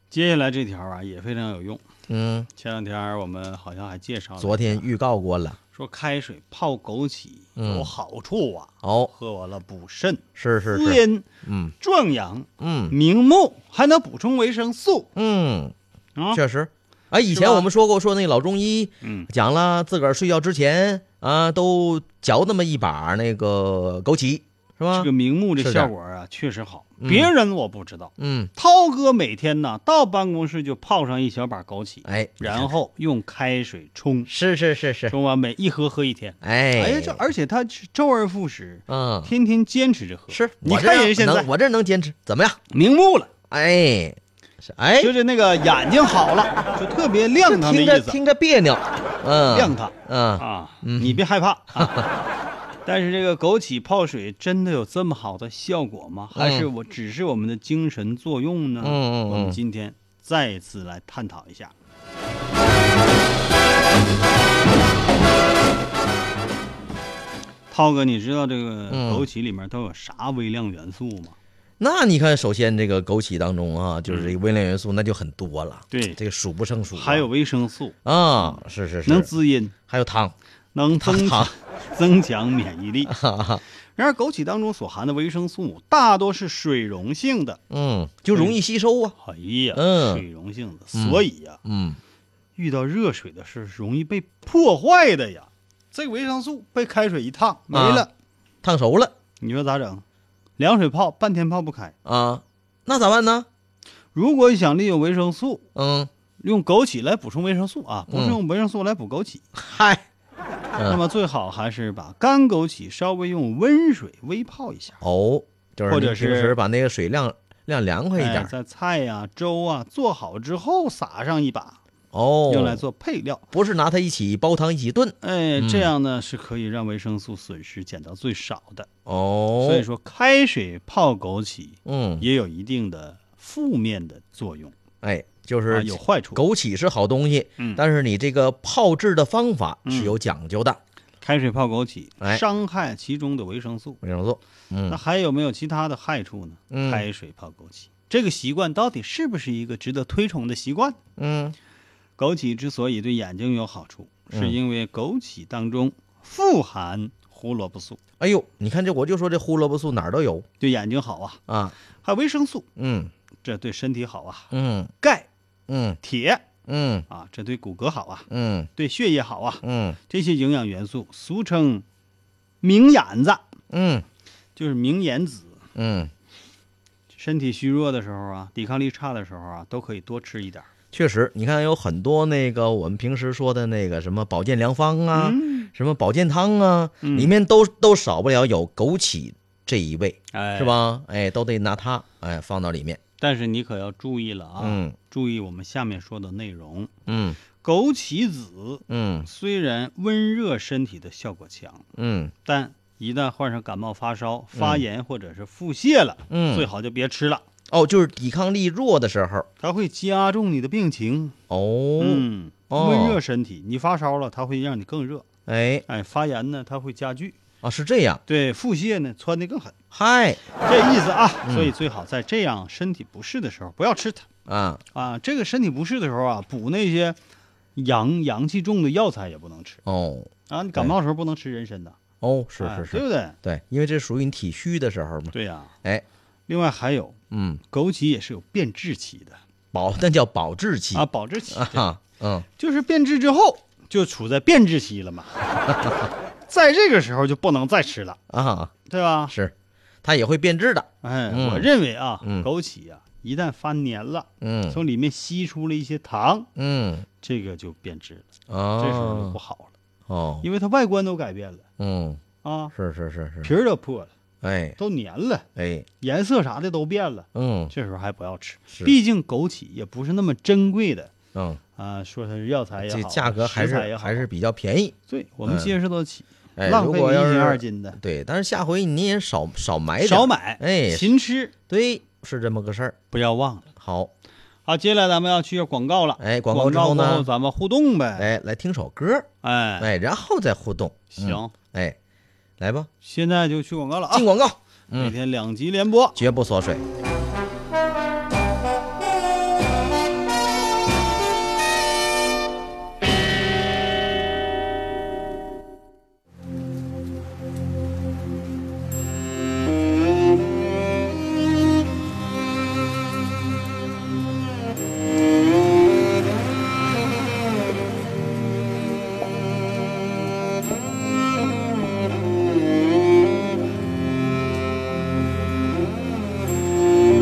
Speaker 4: 接下来这条啊也非常有用。
Speaker 5: 嗯，
Speaker 4: 前两天我们好像还介绍了，
Speaker 5: 昨天预告过了。
Speaker 4: 说开水泡枸杞
Speaker 5: 嗯
Speaker 4: 有好处啊，
Speaker 5: 哦，
Speaker 4: 喝完了补肾、
Speaker 5: 是是
Speaker 4: 滋
Speaker 5: 是，
Speaker 4: 阴、
Speaker 5: 嗯
Speaker 4: 壮阳、
Speaker 5: 嗯
Speaker 4: 明目，还能补充维生素
Speaker 5: 嗯，
Speaker 4: 啊。
Speaker 5: 确实。哎，以
Speaker 4: 是
Speaker 5: 前
Speaker 4: 吧
Speaker 5: 我们说过，说那老中医
Speaker 4: 嗯，
Speaker 5: 讲了，自个儿睡觉之前啊，都嚼那么一把那个枸杞，是吧？
Speaker 4: 这个明目
Speaker 5: 啊是
Speaker 4: 这
Speaker 5: 这样
Speaker 4: 效果啊确实好，
Speaker 5: 嗯
Speaker 4: 别人我不知道。
Speaker 5: 嗯，
Speaker 4: 涛哥每天呢到办公室就泡上一小把枸杞，
Speaker 5: 哎，
Speaker 4: 然后用开水冲，
Speaker 5: 是是是是，
Speaker 4: 冲完每一喝喝一天。
Speaker 5: 哎
Speaker 4: 哎呀，这而且他是周而复始，
Speaker 5: 嗯，
Speaker 4: 天天坚持着喝。
Speaker 5: 是，
Speaker 4: 你
Speaker 5: 我这
Speaker 4: 看
Speaker 5: 样
Speaker 4: 人现在
Speaker 5: 能我这能坚持，怎么样？
Speaker 4: 明目了，
Speaker 5: 哎，是哎，
Speaker 4: 就是那个眼睛好 了，就特别亮堂的
Speaker 5: 听
Speaker 4: 意
Speaker 5: 着
Speaker 4: 思，
Speaker 5: 听着别扭，嗯，
Speaker 4: 亮堂
Speaker 5: 嗯，
Speaker 4: 啊，
Speaker 5: 嗯
Speaker 4: 你别害 怕。 啊但是这个枸杞泡水真的有这么好的效果吗？还是我只是我们的精神作用呢？
Speaker 5: 嗯嗯嗯
Speaker 4: 我们今天再次来探讨一下。涛哥，你知道这个
Speaker 5: 嗯
Speaker 4: 枸杞里面都有啥微量元素吗？
Speaker 5: 那你看，首先这个枸杞当中啊，就是这个微量元素那就很多了，
Speaker 4: 嗯对
Speaker 5: 这个数不胜数啊。
Speaker 4: 还有维生素，
Speaker 5: 啊，是是
Speaker 4: 能
Speaker 5: 是，
Speaker 4: 滋阴，
Speaker 5: 还有汤，
Speaker 4: 能增
Speaker 5: 糖
Speaker 4: 强 增强免疫力。
Speaker 5: 哈哈，
Speaker 4: 然而，枸杞当中所含的维生素大多是水溶性的，
Speaker 5: 嗯，就容易吸收啊，
Speaker 4: 哎呀，
Speaker 5: 嗯
Speaker 4: 水溶性的，所以呀、
Speaker 5: 嗯，
Speaker 4: 遇到热水的是容易被破坏的呀。这维生素被开水一烫
Speaker 5: 啊
Speaker 4: 没了，
Speaker 5: 烫熟了
Speaker 4: 你说咋整？凉水泡半天泡不开。
Speaker 5: 啊，那咋办呢？
Speaker 4: 如果想利用维生素，
Speaker 5: 嗯，
Speaker 4: 用枸杞来补充维生素啊，不是用维生素来补枸杞。
Speaker 5: 啊嗨，
Speaker 4: 那么最好还是把干枸杞稍微用温水微泡一下，
Speaker 5: 哦，就是
Speaker 4: 或
Speaker 5: 你
Speaker 4: 者
Speaker 5: 平
Speaker 4: 是
Speaker 5: 时把那个水晾晾凉快一点
Speaker 4: 哎、在菜呀、粥啊做好之后撒上一把，
Speaker 5: 哦，
Speaker 4: 用来做配料。
Speaker 5: 不是拿它一起煲汤一起炖
Speaker 4: 哎，
Speaker 5: 嗯
Speaker 4: 这样呢是可以让维生素损失减到最少的。
Speaker 5: 哦，
Speaker 4: 所以说，开水泡枸杞
Speaker 5: 嗯，
Speaker 4: 也有一定的负面的作用，
Speaker 5: 哎，就是、
Speaker 4: 啊，有坏处。
Speaker 5: 枸杞是好东西，
Speaker 4: 嗯
Speaker 5: 但是你这个泡制的方法
Speaker 4: 嗯
Speaker 5: 是有讲究的，
Speaker 4: 开水泡枸杞
Speaker 5: 哎
Speaker 4: 伤害其中的维生素，
Speaker 5: 维生素。
Speaker 4: 那
Speaker 5: 嗯
Speaker 4: 还有没有其他的害处呢？
Speaker 5: 嗯
Speaker 4: 开水泡枸杞这个习惯到底是不是一个值得推崇的习惯？
Speaker 5: 嗯，
Speaker 4: 枸杞之所以对眼睛有好处，是
Speaker 5: 嗯
Speaker 4: 因为枸杞当中富含胡萝卜素，
Speaker 5: 哎呦，你看这我就说这胡萝卜素哪儿都有
Speaker 4: 对眼睛好啊，
Speaker 5: 啊。
Speaker 4: 还有维生素，
Speaker 5: 嗯
Speaker 4: 这对身体好啊，
Speaker 5: 嗯
Speaker 4: 钙、
Speaker 5: 嗯
Speaker 4: 铁
Speaker 5: 嗯
Speaker 4: 啊，这对骨骼好啊，
Speaker 5: 嗯
Speaker 4: 对血液好啊，
Speaker 5: 嗯
Speaker 4: 这些营养元素俗称明眼子，
Speaker 5: 嗯
Speaker 4: 就是明眼子。
Speaker 5: 嗯，
Speaker 4: 身体虚弱的时候啊，抵抗力差的时候啊，都可以多吃一点儿。
Speaker 5: 确实，你看有很多那个我们平时说的那个什么保健良方啊，
Speaker 4: 嗯
Speaker 5: 什么保健汤啊，里面都都少不了有枸杞这一味，
Speaker 4: 哎
Speaker 5: 是？吧？哎，都得拿它哎放到里面。
Speaker 4: 但是你可要注意了啊，
Speaker 5: 嗯
Speaker 4: 注意我们下面说的内容。
Speaker 5: 嗯
Speaker 4: 枸杞子
Speaker 5: 嗯
Speaker 4: 虽然温热身体的效果强，
Speaker 5: 嗯
Speaker 4: 但一旦患上感冒发烧、发炎或者是腹泻了，
Speaker 5: 嗯
Speaker 4: 最好就别吃了，
Speaker 5: 哦，就是抵抗力弱的时候。
Speaker 4: 它会加重你的病情。
Speaker 5: 哦，
Speaker 4: 嗯，
Speaker 5: 哦
Speaker 4: 温热身体，你发烧了，它会让你更热；
Speaker 5: 哎，
Speaker 4: 哎，发炎呢，它会加剧。
Speaker 5: 啊，是这样，
Speaker 4: 对，腹泻呢，窜得更狠。
Speaker 5: 嗨，
Speaker 4: 这意思啊，
Speaker 5: 嗯
Speaker 4: 所以最好在这样身体不适的时候不要吃它
Speaker 5: 啊，
Speaker 4: 啊。这个身体不适的时候啊，补那些阳阳气重的药材也不能吃
Speaker 5: 哦，
Speaker 4: 啊。你感冒的时候不能吃人参的，
Speaker 5: 哦，是
Speaker 4: 哎
Speaker 5: 是
Speaker 4: 对
Speaker 5: 是，
Speaker 4: 不对？
Speaker 5: 对，因为这属于你体虚的时候嘛，
Speaker 4: 对呀、
Speaker 5: 哎，
Speaker 4: 另外还有
Speaker 5: 嗯，
Speaker 4: 枸杞也是有变质期的
Speaker 5: 保那叫保质期
Speaker 4: 啊，保质期，
Speaker 5: 啊哈，嗯，
Speaker 4: 就是变质之后就处在变质期了 嘛，在这个时候就不能再吃了，
Speaker 5: 啊，
Speaker 4: 对吧？
Speaker 5: 是，它也会变质的，
Speaker 4: 哎，
Speaker 5: 嗯
Speaker 4: 我认为啊，
Speaker 5: 嗯
Speaker 4: 枸杞啊，一旦发黏了，
Speaker 5: 嗯
Speaker 4: 从里面吸出了一些糖，
Speaker 5: 嗯，
Speaker 4: 这个就变质了，这时候就
Speaker 5: 哦
Speaker 4: 不，好了。
Speaker 5: 哦，
Speaker 4: 因为它外观都改变了
Speaker 5: 嗯，
Speaker 4: 啊，
Speaker 5: 是是是
Speaker 4: 皮
Speaker 5: 是，
Speaker 4: 儿都破了，
Speaker 5: 哎
Speaker 4: 都粘了，
Speaker 5: 哎，
Speaker 4: 颜色啥的都变了。
Speaker 5: 嗯
Speaker 4: 这时候还不要吃，
Speaker 5: 是
Speaker 4: 毕竟枸杞也不是那么珍贵的
Speaker 5: 嗯，
Speaker 4: 啊。说它是药材也好，
Speaker 5: 这价格还
Speaker 4: 食材也
Speaker 5: 是
Speaker 4: 好
Speaker 5: 还是比较便宜，
Speaker 4: 对我们
Speaker 5: 嗯
Speaker 4: 接受得起，
Speaker 5: 哎，
Speaker 4: 浪
Speaker 5: 如
Speaker 4: 费
Speaker 5: 果
Speaker 4: 一
Speaker 5: 要
Speaker 4: 斤二
Speaker 5: 是
Speaker 4: 斤的
Speaker 5: 对，但是下回你也少少买点儿
Speaker 4: 少买，
Speaker 5: 哎
Speaker 4: 勤吃，
Speaker 5: 对，是这么个事儿，
Speaker 4: 不要忘了。
Speaker 5: 好，
Speaker 4: 好，接下来咱们要去广告了。
Speaker 5: 哎广
Speaker 4: 广
Speaker 5: 告之后呢
Speaker 4: 过咱们互动呗。
Speaker 5: 哎，来听首歌，
Speaker 4: 哎，
Speaker 5: 哎，然后再互动。嗯
Speaker 4: 行，
Speaker 5: 哎，来吧，
Speaker 4: 现在就去广告了啊
Speaker 5: 进！广告，
Speaker 4: 每
Speaker 5: 嗯，
Speaker 4: 天两集联播。
Speaker 5: 绝不缩水。
Speaker 7: 啊！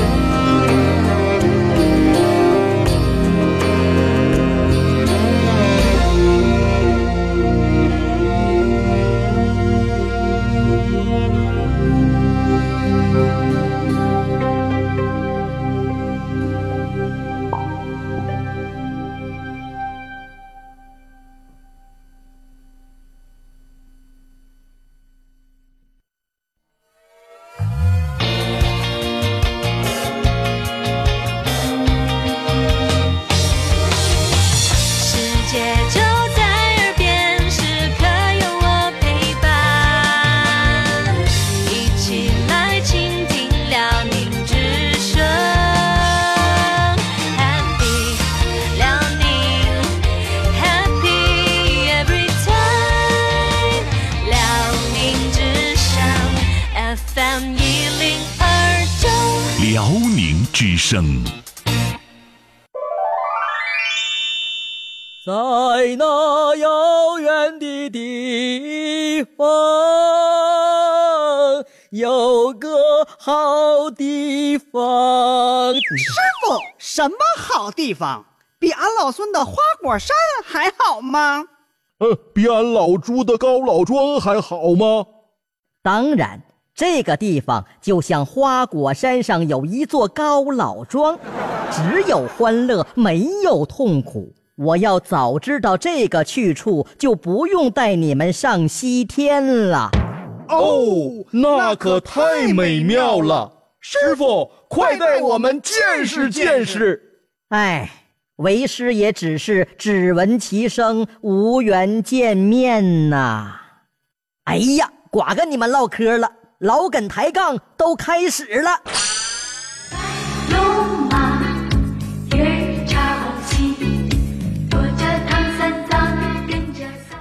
Speaker 8: 啊
Speaker 7: 之声。
Speaker 5: 在那遥远的地方，有个好地方。
Speaker 9: 不，什么好地方？比俺老孙的花果山还好吗？
Speaker 10: 呃，比俺老朱的高老庄还好吗？
Speaker 11: 当然，这个地方就像花果山上有一座高老庄，只有欢乐，没有痛苦。我要早知道这个去处，就不用带你们上西天了。
Speaker 10: 哦，那可太美妙了！师傅，快带我们见识见识。
Speaker 11: 哎，为师也只是只闻其声，无缘见面呐、哎呀，寡跟你们唠嗑了，老梗抬杠都开始了。
Speaker 8: 龙马日朝西，驮着唐三藏，跟着仨。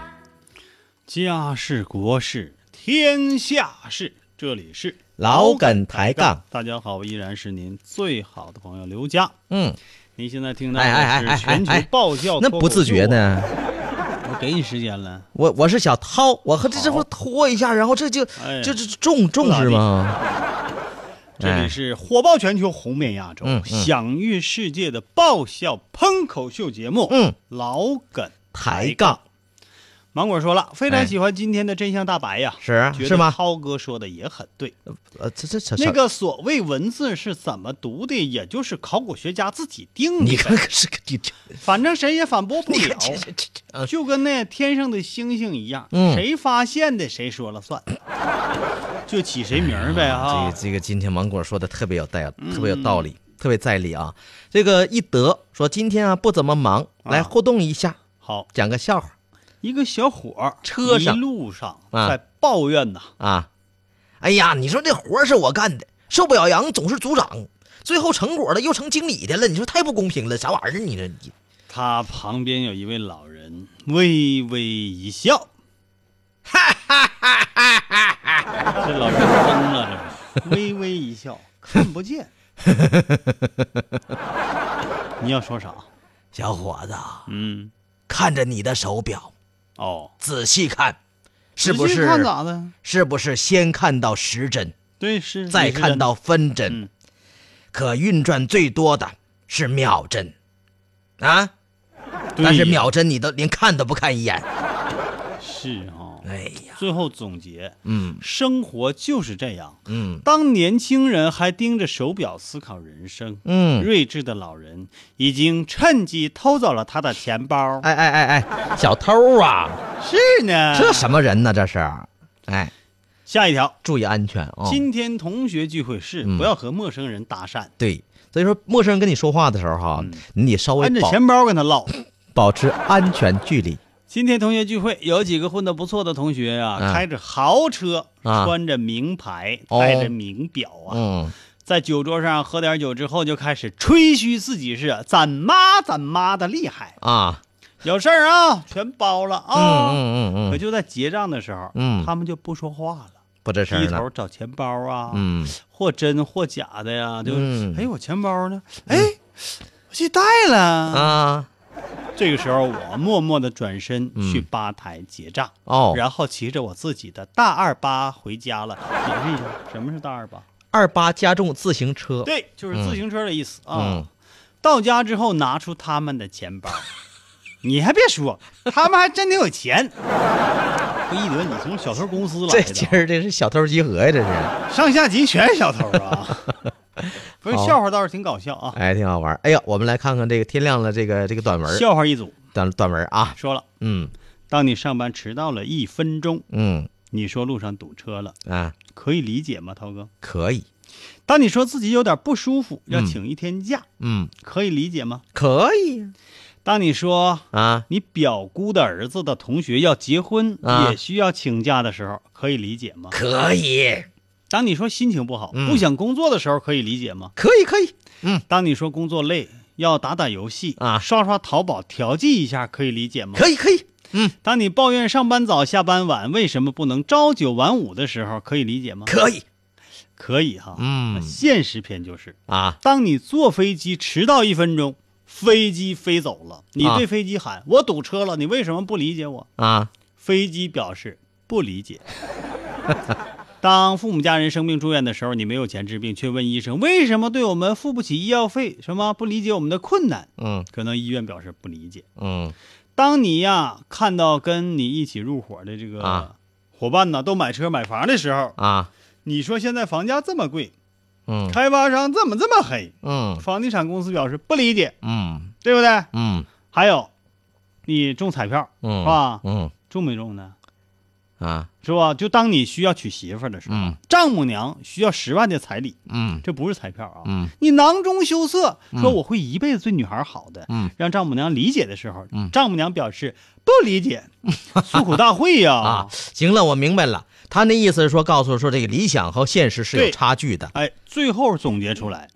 Speaker 4: 家事国事天下事，这里是
Speaker 5: 老梗抬杠。
Speaker 4: 大家好，依然是您最好的朋友刘佳。
Speaker 5: 嗯，
Speaker 4: 您现在听到
Speaker 5: 哎哎哎
Speaker 4: 的是
Speaker 5: 哎哎
Speaker 4: 全球
Speaker 5: 哎，
Speaker 4: 爆笑、
Speaker 5: 那不自觉？呢。
Speaker 4: 啊我给你时间了，
Speaker 5: 我我是想掏，我和这这不拖一下，然后这就
Speaker 4: 哎
Speaker 5: 这这重重视吗？
Speaker 4: 这里是火爆全球、红遍亚洲、
Speaker 5: 哎嗯嗯
Speaker 4: 享誉世界的爆笑喷口秀节目。
Speaker 5: 嗯，
Speaker 4: 老梗
Speaker 5: 抬杠
Speaker 4: 芒果说了，非
Speaker 5: 哎
Speaker 4: 常喜欢今天的真相大白呀，
Speaker 5: 是啊
Speaker 4: 觉得
Speaker 5: 是吗
Speaker 4: 涛哥说的也很对，
Speaker 5: 呃，这这这
Speaker 4: 那个所谓文字是怎么读的，也就是考古学家自己定
Speaker 5: 你
Speaker 4: 的
Speaker 5: 看
Speaker 4: 呗，
Speaker 5: 看是个你这
Speaker 4: 反正谁也反驳不
Speaker 5: 你
Speaker 4: 了
Speaker 5: 看。这这这这呃
Speaker 4: 就跟那天上的星星一样，
Speaker 5: 嗯
Speaker 4: 谁发现的谁说了算， 就起谁名儿呗
Speaker 5: 嗯这
Speaker 4: 啊嗯
Speaker 5: 个！这个，今天芒果说的特别有带，特别有道理，特别在理啊。这个一德说今天啊不怎么忙，来互动一下，
Speaker 4: 好，
Speaker 5: 讲个笑话
Speaker 4: 一个小伙儿
Speaker 5: 车上
Speaker 4: 一路上
Speaker 5: 啊
Speaker 4: 在抱怨呐，
Speaker 5: 啊。哎呀，你说这活儿是我干的，受不了羊总是组长，最后成果了又成经理的了，你说太不公平了，啥玩意儿？你这你
Speaker 4: 他旁边有一位老人微微一 笑，哈哈哈哈哈哈！这老人疯了，这是微微一笑，看不 见。你要说啥？
Speaker 5: 小伙子啊，
Speaker 4: 嗯，
Speaker 5: 看着你的手表，
Speaker 4: 哦，
Speaker 5: 仔细看，是不
Speaker 4: 仔
Speaker 5: 是
Speaker 4: 细看咋的？
Speaker 5: 是不是先看到时针，
Speaker 4: 对，是
Speaker 5: 再看到分针？
Speaker 4: 嗯
Speaker 5: 可运转最多的是秒针，啊，
Speaker 4: 对
Speaker 5: 但是秒针你都连看都不看一眼。
Speaker 4: 是哦哈、
Speaker 5: 哎呀，
Speaker 4: 最后总结，
Speaker 5: 嗯
Speaker 4: 生活就是这样。
Speaker 5: 嗯
Speaker 4: 当年轻人还盯着手表思考人生，
Speaker 5: 嗯，
Speaker 4: 睿智的老人已经趁机偷走了他的钱包。
Speaker 5: 哎哎哎哎，小偷啊，
Speaker 4: 是呢，
Speaker 5: 这什么人呢？这是，哎，
Speaker 4: 下一条，
Speaker 5: 注意安全啊、哦
Speaker 4: 嗯今天同学聚会是
Speaker 5: 嗯
Speaker 4: 不要和陌生人搭讪，
Speaker 5: 对，所以说陌生人跟你说话的时候哈、你得稍
Speaker 4: 嗯
Speaker 5: 微
Speaker 4: 按着
Speaker 5: 保
Speaker 4: 钱包跟他唠。
Speaker 5: 保持安全距离。
Speaker 4: 今天同学聚会，有几个混得不错的同学啊，
Speaker 5: 嗯
Speaker 4: 开着豪车，
Speaker 5: 啊
Speaker 4: 穿着名牌，
Speaker 5: 哦
Speaker 4: 戴着名表啊，
Speaker 5: 嗯，
Speaker 4: 在酒桌上喝点酒之后，就开始吹嘘自己是咱妈咱妈的厉害，
Speaker 5: 啊，
Speaker 4: 有事儿啊全包了
Speaker 5: 嗯
Speaker 4: 啊。
Speaker 5: 嗯嗯
Speaker 4: 可
Speaker 5: 嗯，
Speaker 4: 就在结账的时候，
Speaker 5: 嗯
Speaker 4: 他们就不说话了，
Speaker 5: 不
Speaker 4: 低
Speaker 5: 吱声了
Speaker 4: 头。找钱包啊，
Speaker 5: 嗯，
Speaker 4: 或真或假的呀，就是、
Speaker 5: 嗯
Speaker 4: 哎我钱包呢？哎，我去带了。
Speaker 5: 啊，
Speaker 4: 这个时候我默默的转身去吧台结账。
Speaker 5: 嗯哦，
Speaker 4: 然后骑着我自己的大二八回家了，解释一下什么是大二八？
Speaker 5: 二八加重自行车。
Speaker 4: 对，就是自行车的意思啊。
Speaker 5: 嗯，
Speaker 4: 到家之后拿出他们的钱包， 你还别说，他们还真挺有 钱。不一德，你从小偷公司来
Speaker 5: 这
Speaker 4: 的，
Speaker 5: 今儿这是小偷集合呀，这是。
Speaker 4: 上下级全是小偷 啊！不是
Speaker 5: 好
Speaker 4: 笑话倒是挺搞笑啊，
Speaker 5: 哎，挺好玩儿。哎呀，我们来看看这个天亮了，这个这个短文儿，
Speaker 4: 笑话一组
Speaker 5: 短短文儿啊，
Speaker 4: 说了，
Speaker 5: 嗯
Speaker 4: 当你上班迟到了一分钟，
Speaker 5: 嗯
Speaker 4: 你说路上堵车了，
Speaker 5: 啊，
Speaker 4: 可以理解吗，涛哥？
Speaker 5: 可以，
Speaker 4: 当你说自己有点不舒服，要
Speaker 5: 嗯
Speaker 4: 请一天假，
Speaker 5: 嗯，
Speaker 4: 可以理解吗？
Speaker 5: 可以呀
Speaker 4: 当你说
Speaker 5: 啊，
Speaker 4: 你表姑的儿子的同学要结婚，
Speaker 5: 啊
Speaker 4: 也需要请假的时候，可以理解吗？
Speaker 5: 可以，
Speaker 4: 当你说心情不好、
Speaker 5: 嗯
Speaker 4: 不想工作的时候，可以理解吗？
Speaker 5: 可以，可以，
Speaker 4: 当你说工作累，要打打游戏
Speaker 5: 啊
Speaker 4: 刷刷淘宝调剂一下，可以理解 吗？
Speaker 5: 可以，可以，
Speaker 4: 当你抱怨上班早、下班晚，为什么不能朝九晚五的时候，可以理解吗？
Speaker 5: 可以，
Speaker 4: 可以哈，
Speaker 5: 嗯，
Speaker 4: 现实篇就是
Speaker 5: 啊，
Speaker 4: 当你坐飞机迟到一分钟，飞机飞走了，你
Speaker 5: 啊
Speaker 4: 对飞机喊、我堵车了，你为什么不理解我？
Speaker 5: 啊，
Speaker 4: 飞机表示不理解。 当父母家人生病住院的时候，你没有钱治病，却问医生为什么对我们付不起医药费，什么不理解我们的困难，
Speaker 5: 嗯
Speaker 4: 可能医院表示不理解。
Speaker 5: 嗯
Speaker 4: 当你呀看到跟你一起入伙的这个
Speaker 5: 啊
Speaker 4: 伙伴呢都买车买房的时候，
Speaker 5: 啊，
Speaker 4: 你说现在房价这么贵，
Speaker 5: 嗯
Speaker 4: 开发商怎么这么黑？
Speaker 5: 嗯
Speaker 4: 房地产公司表示不理解，
Speaker 5: 嗯
Speaker 4: 对不对？
Speaker 5: 嗯
Speaker 4: 还有，你中彩票
Speaker 5: 嗯，
Speaker 4: 是吧？
Speaker 5: 嗯
Speaker 4: 中没中呢？
Speaker 5: 啊，
Speaker 4: 是吧？就当你需要娶媳妇儿的时候，
Speaker 5: 嗯
Speaker 4: 丈母娘需要十万的彩礼，
Speaker 5: 嗯
Speaker 4: 这不是彩票啊！
Speaker 5: 嗯
Speaker 4: 你囊中羞涩，说
Speaker 5: 嗯
Speaker 4: 我会一辈子对女孩好的，
Speaker 5: 嗯
Speaker 4: 让丈母娘理解的时候，
Speaker 5: 嗯
Speaker 4: 丈母娘表示不理解， 诉苦大会呀、
Speaker 5: 啊，行了，我明白了，他那意思是说，告诉说这个理想和现实是有
Speaker 4: 对
Speaker 5: 差距的
Speaker 4: 哎，最后总结出来，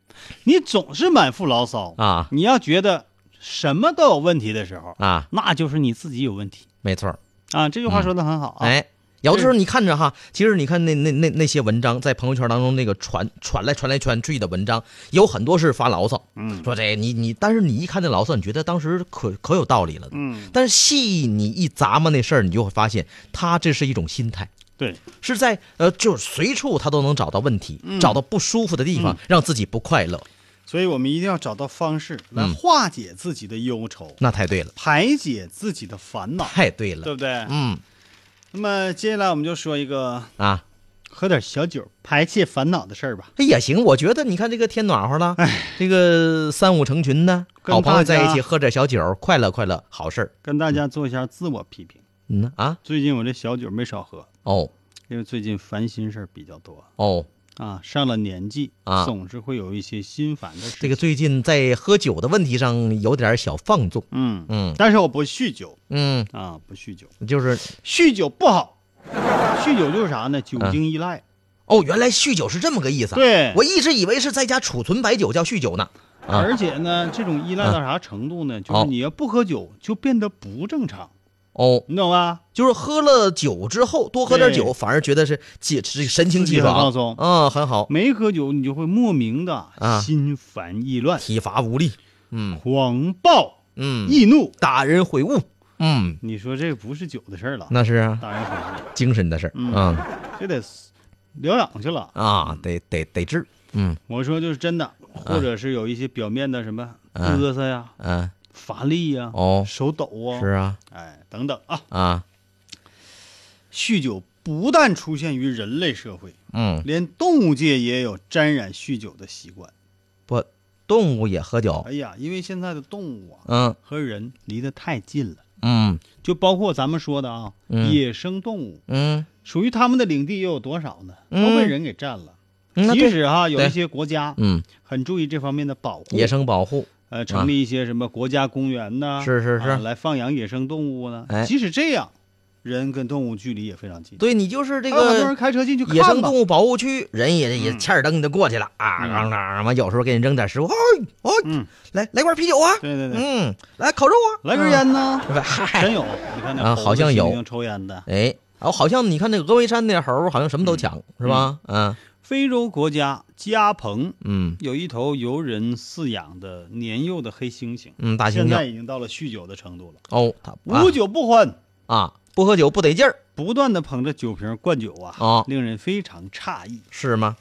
Speaker 4: 你总是满腹牢骚，
Speaker 5: 啊
Speaker 4: 你要觉得什么都有问题的时候，
Speaker 5: 啊，
Speaker 4: 那就是你自己有问题
Speaker 5: 没错儿。
Speaker 4: 啊！这句话说的很好啊。
Speaker 5: 哎，有的时候你看着哈，其实你看那那那那些文章在朋友圈当中那个传传来传来传去的文章，有很多是发牢骚，
Speaker 4: 嗯
Speaker 5: 说这你你，但是你一看那牢骚，你觉得当时可可有道理了的。
Speaker 4: 嗯，
Speaker 5: 但是细你一咂摸那事儿，你就会发现，他这是一种心态，
Speaker 4: 对，
Speaker 5: 是在呃，就是随处他都能找到问题，
Speaker 4: 嗯
Speaker 5: 找到不舒服的地方，让自己不快乐，
Speaker 4: 所以我们一定要找到方式来
Speaker 5: 嗯
Speaker 4: 化解自己的忧愁。
Speaker 5: 那太对了，
Speaker 4: 排解自己的烦恼，
Speaker 5: 太对了，
Speaker 4: 啊对不对？
Speaker 5: 嗯
Speaker 4: 那么接下来我们就说一个
Speaker 5: 啊，
Speaker 4: 喝点小酒排泄烦恼的事儿吧。
Speaker 5: 这哎也行，我觉得你看这个天暖和了，这个三五成群的
Speaker 4: 哎跟
Speaker 5: 好朋友在
Speaker 4: 大
Speaker 5: 一
Speaker 4: 家
Speaker 5: 起喝点小酒，快乐快乐，好事儿。
Speaker 4: 跟大家做一下自我批评。
Speaker 5: 嗯呐啊，
Speaker 4: 最近我这小酒没少喝，
Speaker 5: 哦
Speaker 4: 因为最近烦心事儿比较多
Speaker 5: 哦，
Speaker 4: 啊，上了年纪
Speaker 5: 啊
Speaker 4: 总是会有一些心烦的事。
Speaker 5: 这个，最近在喝酒的问题上有点小放纵，
Speaker 4: 嗯，
Speaker 5: 嗯
Speaker 4: 但是我不酗酒
Speaker 5: 嗯，
Speaker 4: 啊，不酗酒，
Speaker 5: 就是
Speaker 4: 酗酒不好。酗酒就是啥呢？酒精依赖。
Speaker 5: 哦，原来酗酒是这么个意思啊。
Speaker 4: 对
Speaker 5: 我一直以为是在家储存白酒叫酗酒呢。啊
Speaker 4: 而且呢，这种依赖到啥程度呢？就是
Speaker 5: 哦
Speaker 4: 你要不喝酒，就变得不正常，
Speaker 5: 哦，
Speaker 4: 你懂吧？
Speaker 5: 就是喝了酒之后多喝点
Speaker 4: 对
Speaker 5: 酒，反而觉得是解是神清气
Speaker 4: 自己很
Speaker 5: 爽，
Speaker 4: 放松
Speaker 5: 嗯，很好，
Speaker 4: 没喝酒，你就会莫名的
Speaker 5: 啊
Speaker 4: 心烦意乱、
Speaker 5: 体乏无力，嗯
Speaker 4: 狂暴、
Speaker 5: 嗯，
Speaker 4: 易怒。
Speaker 5: 大人悔悟，嗯，
Speaker 4: 你说这不是酒的事儿了，
Speaker 5: 那是啊，
Speaker 4: 当然不是，
Speaker 5: 精神的事儿，
Speaker 4: 嗯
Speaker 5: 嗯
Speaker 4: 这得疗养去了。
Speaker 5: 啊，得得得治，嗯
Speaker 4: 我说就是真的，或者是有一些表面的什么
Speaker 5: 啊
Speaker 4: 嘚瑟呀、
Speaker 5: 嗯，
Speaker 4: 乏力呀、
Speaker 5: 哦
Speaker 4: 手抖啊，
Speaker 5: 是啊
Speaker 4: 哎，等等啊，
Speaker 5: 啊，
Speaker 4: 酗酒不但出现于人类社会，
Speaker 5: 嗯，
Speaker 4: 连动物界也有沾染酗酒的习惯。
Speaker 5: 不，动物也喝酒
Speaker 4: 哎，呀，因为现在的动物啊
Speaker 5: 嗯
Speaker 4: 和人离得太近了，
Speaker 5: 嗯
Speaker 4: 就包括咱们说的啊，
Speaker 5: 嗯
Speaker 4: 野生动物
Speaker 5: 嗯
Speaker 4: 属于他们的领地又有多少呢？
Speaker 5: 嗯
Speaker 4: 都被人给占了。
Speaker 5: 嗯，那
Speaker 4: 即
Speaker 5: 对，
Speaker 4: 使哈有
Speaker 5: 对
Speaker 4: 一些国家
Speaker 5: 嗯，
Speaker 4: 很注意这方面的保护，
Speaker 5: 野生保护，
Speaker 4: 呃
Speaker 5: 啊
Speaker 4: 成立一些什么国家公园呐，
Speaker 5: 是是是
Speaker 4: 啊来放养野生动物呢
Speaker 5: 哎。
Speaker 4: 即使这样，人跟动物距离也非常近。
Speaker 5: 对你就是这
Speaker 4: 还有很多
Speaker 5: 个
Speaker 4: 人。开车啊进去看
Speaker 5: 野生
Speaker 4: 吧
Speaker 5: 动物保护区，人也也欠儿蹬就过去了啊，
Speaker 4: 嗯
Speaker 5: 嚷嚷完有时候给你扔点食物，哎哎，
Speaker 4: 嗯
Speaker 5: 来来罐啤酒啊，
Speaker 4: 对对对，
Speaker 5: 嗯，来烤肉啊，
Speaker 4: 来根烟呢，
Speaker 5: 嗯，嗨
Speaker 4: 真，有。你看那
Speaker 5: 啊
Speaker 4: 猴子
Speaker 5: 好像有
Speaker 4: 猩猩抽烟的。
Speaker 5: 哎，哦，好像你看那个峨眉山那猴儿好像什么都抢，是吧？嗯
Speaker 4: 非洲国家加蓬
Speaker 5: 嗯
Speaker 4: 有一头由人饲养的年幼的黑猩猩，
Speaker 5: 嗯，大猩
Speaker 4: 现在
Speaker 5: 猩
Speaker 4: 已经到了酗酒的程度了，
Speaker 5: 哦，他啊
Speaker 4: 无酒不欢。
Speaker 5: 啊，不喝酒不得劲儿，
Speaker 4: 不断的捧着酒瓶灌酒啊，
Speaker 5: 哦
Speaker 4: 令人非常诧异。
Speaker 5: 是吗？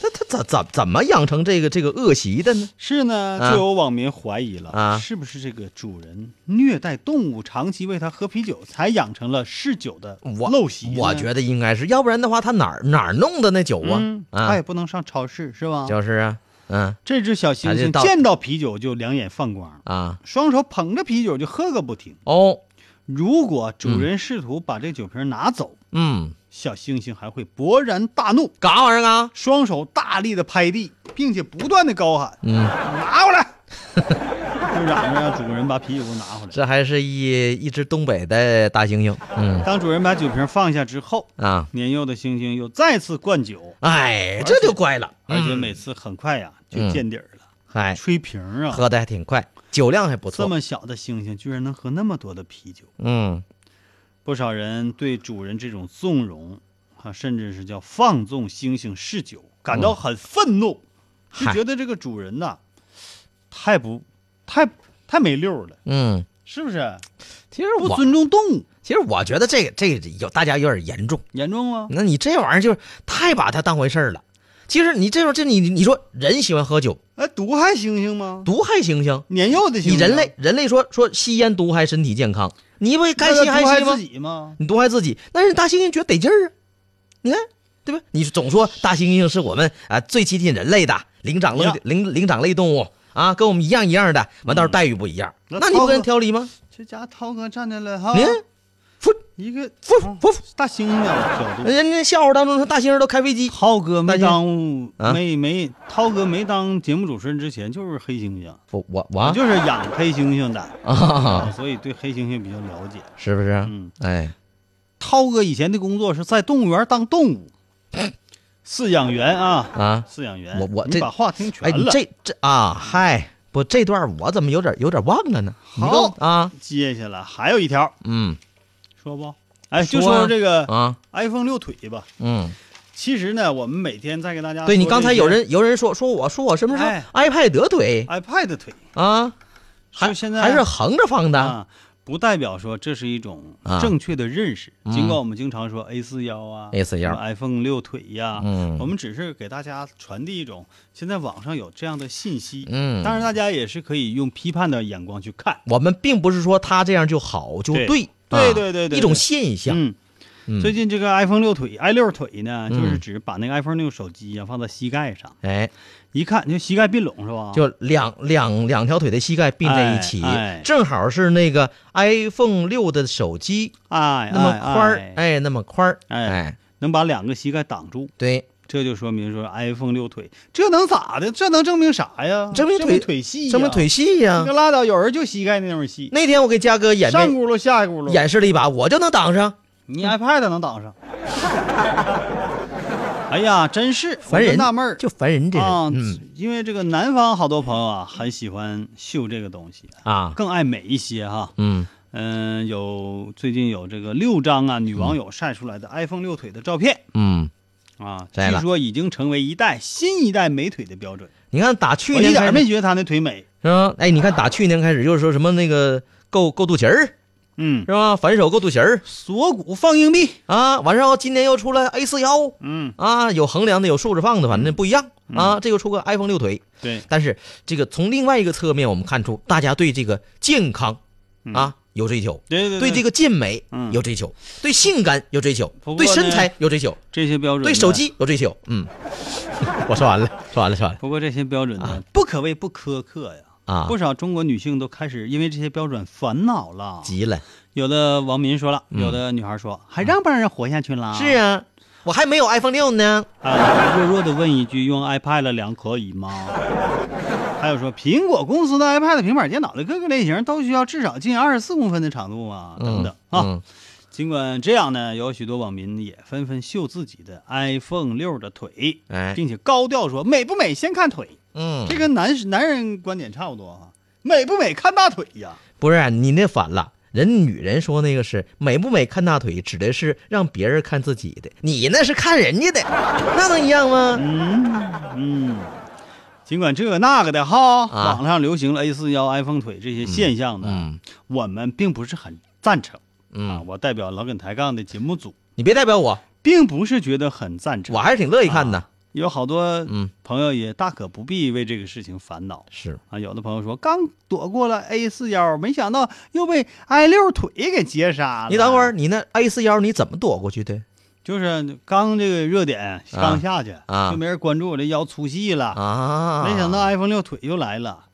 Speaker 5: 他他怎怎怎么养成这个这个恶习的呢？
Speaker 4: 是呢，
Speaker 5: 啊
Speaker 4: 就有网民怀疑了，
Speaker 5: 啊
Speaker 4: 是不是这个主人虐待动物，长期喂它喝啤酒，才养成了嗜酒的
Speaker 5: 我
Speaker 4: 陋习呢？
Speaker 5: 我觉得应该是，要不然的话，他哪儿哪儿弄的那酒啊？
Speaker 4: 嗯，它也
Speaker 5: 啊，
Speaker 4: 不能上超市，是吧？
Speaker 5: 就是啊，嗯
Speaker 4: 这只小猩
Speaker 5: 它就
Speaker 4: 猩
Speaker 5: 到
Speaker 4: 见到啤酒就两眼放光，
Speaker 5: 啊，
Speaker 4: 双手捧着啤酒就喝个不停。
Speaker 5: 哦，
Speaker 4: 如果主人试图把这酒瓶拿走，
Speaker 5: 嗯，
Speaker 4: 小猩猩还会勃然大怒，
Speaker 5: 干啥玩意儿啊？
Speaker 4: 双手大力的拍地，并且不断的高喊：“
Speaker 5: 嗯，
Speaker 4: 拿过来！” 就嚷着让主人把啤酒给我拿回来。
Speaker 5: 这还是一一只东北的大猩猩，嗯
Speaker 4: 当主人把酒瓶放下之后，
Speaker 5: 啊，
Speaker 4: 年幼的猩猩又再次灌酒，
Speaker 5: 哎，这就怪了，
Speaker 4: 而且
Speaker 5: 嗯
Speaker 4: 每次很快呀、
Speaker 5: 嗯
Speaker 4: 就见底儿了，
Speaker 5: 嗨，
Speaker 4: 吹瓶儿啊。
Speaker 5: 喝的还挺快，酒量还不
Speaker 4: 这
Speaker 5: 错，
Speaker 4: 么小的猩猩居然能喝那么多的啤酒，
Speaker 5: 嗯
Speaker 4: 不少人对主人这种纵容啊，甚至是叫放纵猩猩嗜酒感
Speaker 5: 哦
Speaker 4: 到很愤怒，就
Speaker 5: 嗨
Speaker 4: 觉得这个主人呐，太不太太没溜儿了，
Speaker 5: 嗯，
Speaker 4: 是不是？
Speaker 5: 其实
Speaker 4: 不
Speaker 5: 我
Speaker 4: 尊重动物，
Speaker 5: 其实我觉得这个这个有大家有点严重，啊
Speaker 4: 严重吗？
Speaker 5: 那你这玩意儿就是太把它当回事儿了。其实你这时候这你你说人喜欢喝酒，
Speaker 4: 哎，毒害猩猩吗？
Speaker 5: 毒害猩猩，
Speaker 4: 年幼的猩猩，
Speaker 5: 你人类人类说说吸烟毒害身体健康，你不该
Speaker 4: 那它
Speaker 5: 吸还
Speaker 4: 毒害
Speaker 5: 吸吗
Speaker 4: 自？己吗？
Speaker 5: 你毒害自己，但是大猩猩觉得得劲儿啊，你看对吧？你总说大猩猩是我们啊最接近人类的灵长类
Speaker 4: 一样嗯
Speaker 5: 灵灵长类动物啊，跟我们一样一样的，完到时候待遇不一样，
Speaker 4: 那哦
Speaker 5: 那你不跟人挑理吗？
Speaker 4: 这家涛哥站起来哈，
Speaker 5: 你看，噗
Speaker 4: 一个
Speaker 5: 噗噗，
Speaker 4: 大猩猩啊，角度。
Speaker 5: 人家笑话当中说大猩猩都开飞机，
Speaker 4: 涛哥没
Speaker 5: 哎大猩
Speaker 4: 当务
Speaker 5: 啊
Speaker 4: 没没，涛哥没当节目主持人之前就是黑猩猩，
Speaker 5: 我我我
Speaker 4: 我
Speaker 5: 啊
Speaker 4: 就是养黑猩猩的，
Speaker 5: 啊，
Speaker 4: 所以对黑猩猩比较了解。
Speaker 5: 是不是？
Speaker 4: 嗯，
Speaker 5: 哎，
Speaker 4: 涛哥以前的工作是在动物园当动物饲养员啊，
Speaker 5: 啊，
Speaker 4: 饲养员。
Speaker 5: 我我
Speaker 4: 你
Speaker 5: 这
Speaker 4: 把话听
Speaker 5: 哎，
Speaker 4: 全
Speaker 5: 你
Speaker 4: 了，
Speaker 5: 这这啊，嗨，不，这段我怎么有点有点忘了呢？你跟我
Speaker 4: 好
Speaker 5: 啊，
Speaker 4: 接下来还有一条，
Speaker 5: 嗯
Speaker 4: 说不？哎，
Speaker 5: 说
Speaker 4: 就
Speaker 5: 啊
Speaker 4: 说这个
Speaker 5: 啊
Speaker 4: iPhone 六腿吧。
Speaker 5: 嗯，
Speaker 4: 其实呢，我们每天在给大家
Speaker 5: 对你
Speaker 4: 呃说
Speaker 5: 刚才
Speaker 4: 这些
Speaker 5: 有人有人说说我说我什么时候
Speaker 4: 哎
Speaker 5: iPad 得腿
Speaker 4: iPad 腿，
Speaker 5: 啊，还
Speaker 4: 就现在
Speaker 5: 还是横着放的，
Speaker 4: 啊，不代表说这是一种
Speaker 5: 啊
Speaker 4: 正确的认识。
Speaker 5: 嗯
Speaker 4: 尽管我们经常说 A 四幺啊
Speaker 5: A41
Speaker 4: 什么，iPhone 六腿呀、
Speaker 5: 嗯
Speaker 4: 我们只是给大家传递一种现在网上有这样的信息。
Speaker 5: 嗯
Speaker 4: 当然大家也是可以用批判的眼光去看。
Speaker 5: 我们并不是说他这样就好就
Speaker 4: 对
Speaker 5: 啊
Speaker 4: 对对对对
Speaker 5: 一种现象，
Speaker 4: 嗯，
Speaker 5: 嗯
Speaker 4: 最近这个 iPhone 六腿 i 六腿呢，
Speaker 5: 嗯
Speaker 4: 就是指把那个 iPhone 六手机啊放在膝盖上，
Speaker 5: 哎，
Speaker 4: 一看就膝盖并拢是吧？
Speaker 5: 就两两两条腿的膝盖并在一起
Speaker 4: 哎哎，
Speaker 5: 正好是那个 iPhone 六的手机
Speaker 4: 哎
Speaker 5: 那么宽儿
Speaker 4: 哎，哎
Speaker 5: 哎，那么宽儿，
Speaker 4: 哎
Speaker 5: 哎，
Speaker 4: 能把两个膝盖挡住。
Speaker 5: 对，
Speaker 4: 这就说明说 iPhone 六腿，这能咋的？这能证明啥呀？
Speaker 5: 证明腿
Speaker 4: 腿细、
Speaker 5: 证明腿细啊呀
Speaker 4: 你就。拉倒，有人就膝盖那种细，
Speaker 5: 那天我给嘉哥演
Speaker 4: 上
Speaker 5: 那
Speaker 4: 轱辘下轱辘。
Speaker 5: 演示了一把，我就能挡上。
Speaker 4: 你 iPad 能挡 上？哎呀，真是我
Speaker 5: 烦
Speaker 4: 真
Speaker 5: 人，
Speaker 4: 纳闷儿
Speaker 5: 就烦人这人，
Speaker 4: 啊、
Speaker 5: 嗯
Speaker 4: 因为这个南方好多朋友啊，很喜欢绣这个东西，
Speaker 5: 啊，
Speaker 4: 更爱美一些哈。
Speaker 5: 嗯
Speaker 4: 嗯、有最近有这个六张啊，女网友晒出来的 iPhone 六腿的照片
Speaker 5: 嗯，
Speaker 4: 啊，
Speaker 5: 晒了
Speaker 4: 据说已经成为一代新一代美腿的标准。
Speaker 5: 你看打去
Speaker 4: 我
Speaker 5: 年
Speaker 4: 一
Speaker 5: 开
Speaker 4: 点
Speaker 5: 始
Speaker 4: 没觉得她那腿美，
Speaker 5: 是吧？哎，你看打去年开始就是说什么那个够够肚脐儿
Speaker 4: 嗯
Speaker 5: 是，吧？反手够肚脐儿
Speaker 4: 锁骨放硬币，
Speaker 5: 啊，完然后今年又出来 A 四幺
Speaker 4: 嗯，
Speaker 5: 啊，有横梁的，有竖着放的，反正不一样
Speaker 4: 嗯
Speaker 5: 啊。这又出个 iPhone 六腿，
Speaker 4: 对，
Speaker 5: 但是这个从另外一个侧面我们看出，大家对这个健康
Speaker 4: 嗯
Speaker 5: 啊有追求。
Speaker 4: 对对
Speaker 5: 对这
Speaker 4: 个
Speaker 5: 个健美
Speaker 4: 嗯
Speaker 5: 有追求，对性感有追求
Speaker 4: 不，过
Speaker 5: 对身
Speaker 4: 呢
Speaker 5: 材有追求，
Speaker 4: 这些标准，
Speaker 5: 对手。机有追求。嗯， 我说完了，说完了，说完了
Speaker 4: 不过这些标准呢，不可谓不苛刻呀。
Speaker 5: 啊！
Speaker 4: 不少中国女性都开始因为这些标准烦恼了。
Speaker 5: 急了。
Speaker 4: 有的网民说了，
Speaker 5: 嗯
Speaker 4: 有的女孩说，还让不让人活下去了？
Speaker 5: 是啊，我还没有 iPhone 六呢。
Speaker 4: 啊，弱弱的问一句，用 iPad 了两可以吗？ 还有说，苹果公司的 iPad 平板电脑的各个类型都需要至少近二十四公分的长度啊，等等啊。
Speaker 5: 嗯
Speaker 4: 尽管这样呢，有许多网民也纷纷秀自己的 iPhone 六的腿，
Speaker 5: 哎
Speaker 4: 并且高调说美不美先看腿，
Speaker 5: 嗯，
Speaker 4: 这跟男男人观点差不多啊，美不美看大腿呀。
Speaker 5: 不是、啊你那反了。人女人说那个是美不美看大腿，指的是让别人看自己的，你那是看人家 的，那能一样吗？
Speaker 4: 嗯，尽管这个那个的哈，
Speaker 5: 啊
Speaker 4: 网上流行了 A 四幺 iPhone 腿这些现象呢，
Speaker 5: 嗯
Speaker 4: 我们并不是很赞成、啊
Speaker 5: 嗯，。
Speaker 4: 我代表老梗抬杠的节目组，
Speaker 5: 你别代表我，
Speaker 4: 并不是觉得很赞成。
Speaker 5: 我还是挺乐意看的。
Speaker 4: 有好多
Speaker 5: 嗯
Speaker 4: 朋友也大可不必为这个事情烦恼。
Speaker 5: 是，
Speaker 4: 啊，有的朋友说刚躲过了 A 四幺，没想到又被 I 六腿给截杀了。
Speaker 5: 你等会儿，，你那 A 四幺你怎么躲过去的
Speaker 4: 就是刚这个热点刚下去，
Speaker 5: 啊
Speaker 4: 就没人关注我这腰粗细了。
Speaker 5: 啊？
Speaker 4: 没想到，iPhone 六腿又来了。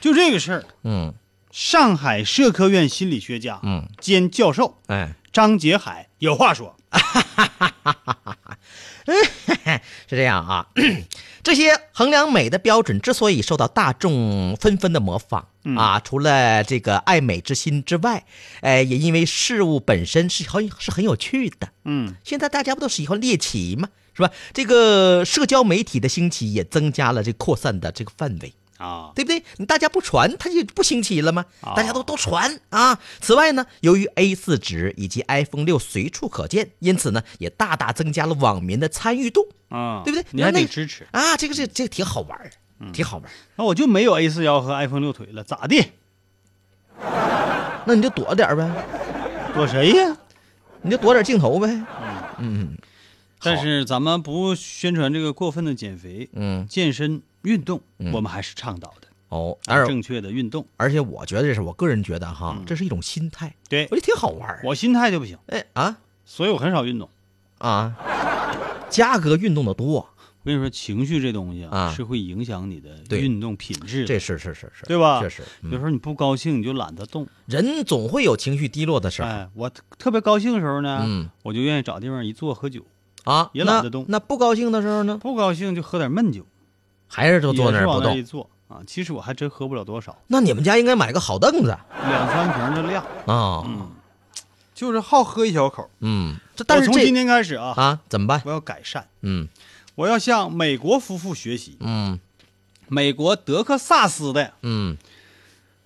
Speaker 4: 就这个事儿，
Speaker 5: 嗯
Speaker 4: 上海社科院心理学家
Speaker 5: 嗯，
Speaker 4: 兼教授
Speaker 5: 哎，
Speaker 4: 张杰海有话说。
Speaker 5: 是这样啊。这些衡量美的标准之所以受到大众纷纷的模仿、
Speaker 4: 嗯
Speaker 5: 啊，除了这个爱美之心之外，呃，也因为事物本身是很是很有趣的。
Speaker 4: 嗯，
Speaker 5: 现在大家不都喜欢猎奇吗？是吧？这个社交媒体的兴起也增加了这扩散的这个范围。
Speaker 4: 啊，
Speaker 5: 对不对？你大家不传，它就不兴起了吗？
Speaker 4: 哦
Speaker 5: 大家都都传啊。此外呢，由于 A 4纸以及 iPhone 6随处可见，因此呢，也大大增加了网民的参与度。
Speaker 4: 啊，
Speaker 5: 对不对？
Speaker 4: 你还
Speaker 5: 那
Speaker 4: 挺
Speaker 5: 那
Speaker 4: 支持，嗯
Speaker 5: 啊，这个这这个挺好玩儿，挺好玩儿。
Speaker 4: 那我就没有 A 四幺和 iPhone 六腿了，咋地？
Speaker 5: 那你就躲点儿呗，
Speaker 4: 躲谁呀？
Speaker 5: 你就躲点儿镜头呗。嗯
Speaker 4: 但是咱们不宣传这个过分的减肥、
Speaker 5: 嗯
Speaker 4: 健身、运动，
Speaker 5: 嗯
Speaker 4: 我们还是倡导的
Speaker 5: 哦，而
Speaker 4: 正确的运动。
Speaker 5: 而且我觉得这是我个人觉得哈，这是一种心态，
Speaker 4: 对
Speaker 5: 我觉得挺好玩儿。
Speaker 4: 我心态就不行，
Speaker 5: 哎啊
Speaker 4: 所以我很少运动。
Speaker 5: 啊，嘉哥运动的多，
Speaker 4: 我跟你说，情绪这东西
Speaker 5: 啊
Speaker 4: 是会影响你的
Speaker 5: 对
Speaker 4: 运动品质的，
Speaker 5: 这是是是是，
Speaker 4: 对吧？
Speaker 5: 确实，嗯
Speaker 4: 有时候你不高兴，你就懒得动。
Speaker 5: 人总会有情绪低落的时候
Speaker 4: 哎，我特特别高兴的时候呢，
Speaker 5: 啊嗯
Speaker 4: 我就愿意找地方一坐喝酒；
Speaker 5: 啊。
Speaker 4: 也懒
Speaker 5: 那
Speaker 4: 得动
Speaker 5: 那不高兴的时候呢，
Speaker 4: 不高兴就喝点闷酒，
Speaker 5: 还是就坐
Speaker 4: 也
Speaker 5: 那儿
Speaker 4: 是
Speaker 5: 不
Speaker 4: 往那
Speaker 5: 动
Speaker 4: 一。坐啊。其实我还真喝不了多少，
Speaker 5: 那你们家应该买个好凳子啊
Speaker 4: 两三瓶的量，。就是好喝一小口。
Speaker 5: 嗯，这但
Speaker 4: 嗯我
Speaker 5: 是
Speaker 4: 从今
Speaker 5: 这
Speaker 4: 天开始啊，
Speaker 5: 啊怎么办？
Speaker 4: 我要改善，
Speaker 5: 嗯
Speaker 4: 我要向美国夫妇学习。
Speaker 5: 嗯
Speaker 4: 美国德克萨斯的，
Speaker 5: 嗯，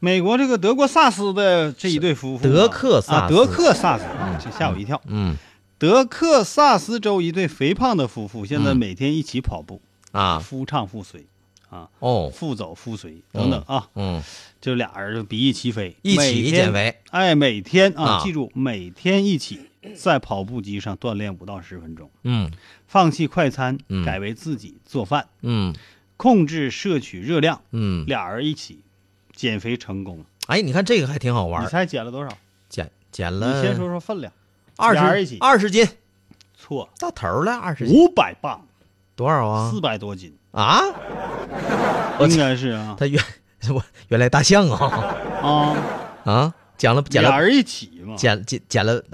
Speaker 4: 美国这个德国萨斯的这一对夫妇啊，
Speaker 5: 德克萨斯
Speaker 4: 啊德克萨斯，这吓我一跳。
Speaker 5: 嗯
Speaker 4: 德克萨斯州一对肥胖的夫妇，现在
Speaker 5: 嗯
Speaker 4: 每天一起跑步，
Speaker 5: 啊
Speaker 4: 夫唱妇随，啊，
Speaker 5: 哦
Speaker 4: 父走夫随等等啊，
Speaker 5: 嗯，
Speaker 4: 就俩人就比翼齐飞，
Speaker 5: 一
Speaker 4: 每
Speaker 5: 起
Speaker 4: 天
Speaker 5: 减。肥
Speaker 4: 哎，每天啊，
Speaker 5: 啊
Speaker 4: 记住，每天一起在跑步机上锻炼五到十分钟，
Speaker 5: 嗯
Speaker 4: 放弃快餐
Speaker 5: 嗯，
Speaker 4: 改为自己做饭，
Speaker 5: 嗯
Speaker 4: 控制摄取热量。
Speaker 5: 嗯，
Speaker 4: 俩人一起减肥成功，
Speaker 5: 哎，你看这个还挺好玩
Speaker 4: 你
Speaker 5: 儿，
Speaker 4: 猜减了多少？
Speaker 5: 减减
Speaker 4: 你
Speaker 5: 了
Speaker 4: 先说说分量。
Speaker 5: 二
Speaker 4: 俩人一
Speaker 5: 十
Speaker 4: 起
Speaker 5: 二十斤
Speaker 4: 错，
Speaker 5: 到头儿了，二十斤
Speaker 4: 五百磅，
Speaker 5: 多少啊？
Speaker 4: 四百多斤，
Speaker 5: 啊，我
Speaker 4: 应该是啊
Speaker 5: 他原 我原来大象啊
Speaker 4: 啊，
Speaker 5: 啊，减了减
Speaker 4: 俩
Speaker 5: 了
Speaker 4: 人一起嘛，
Speaker 5: 减减减了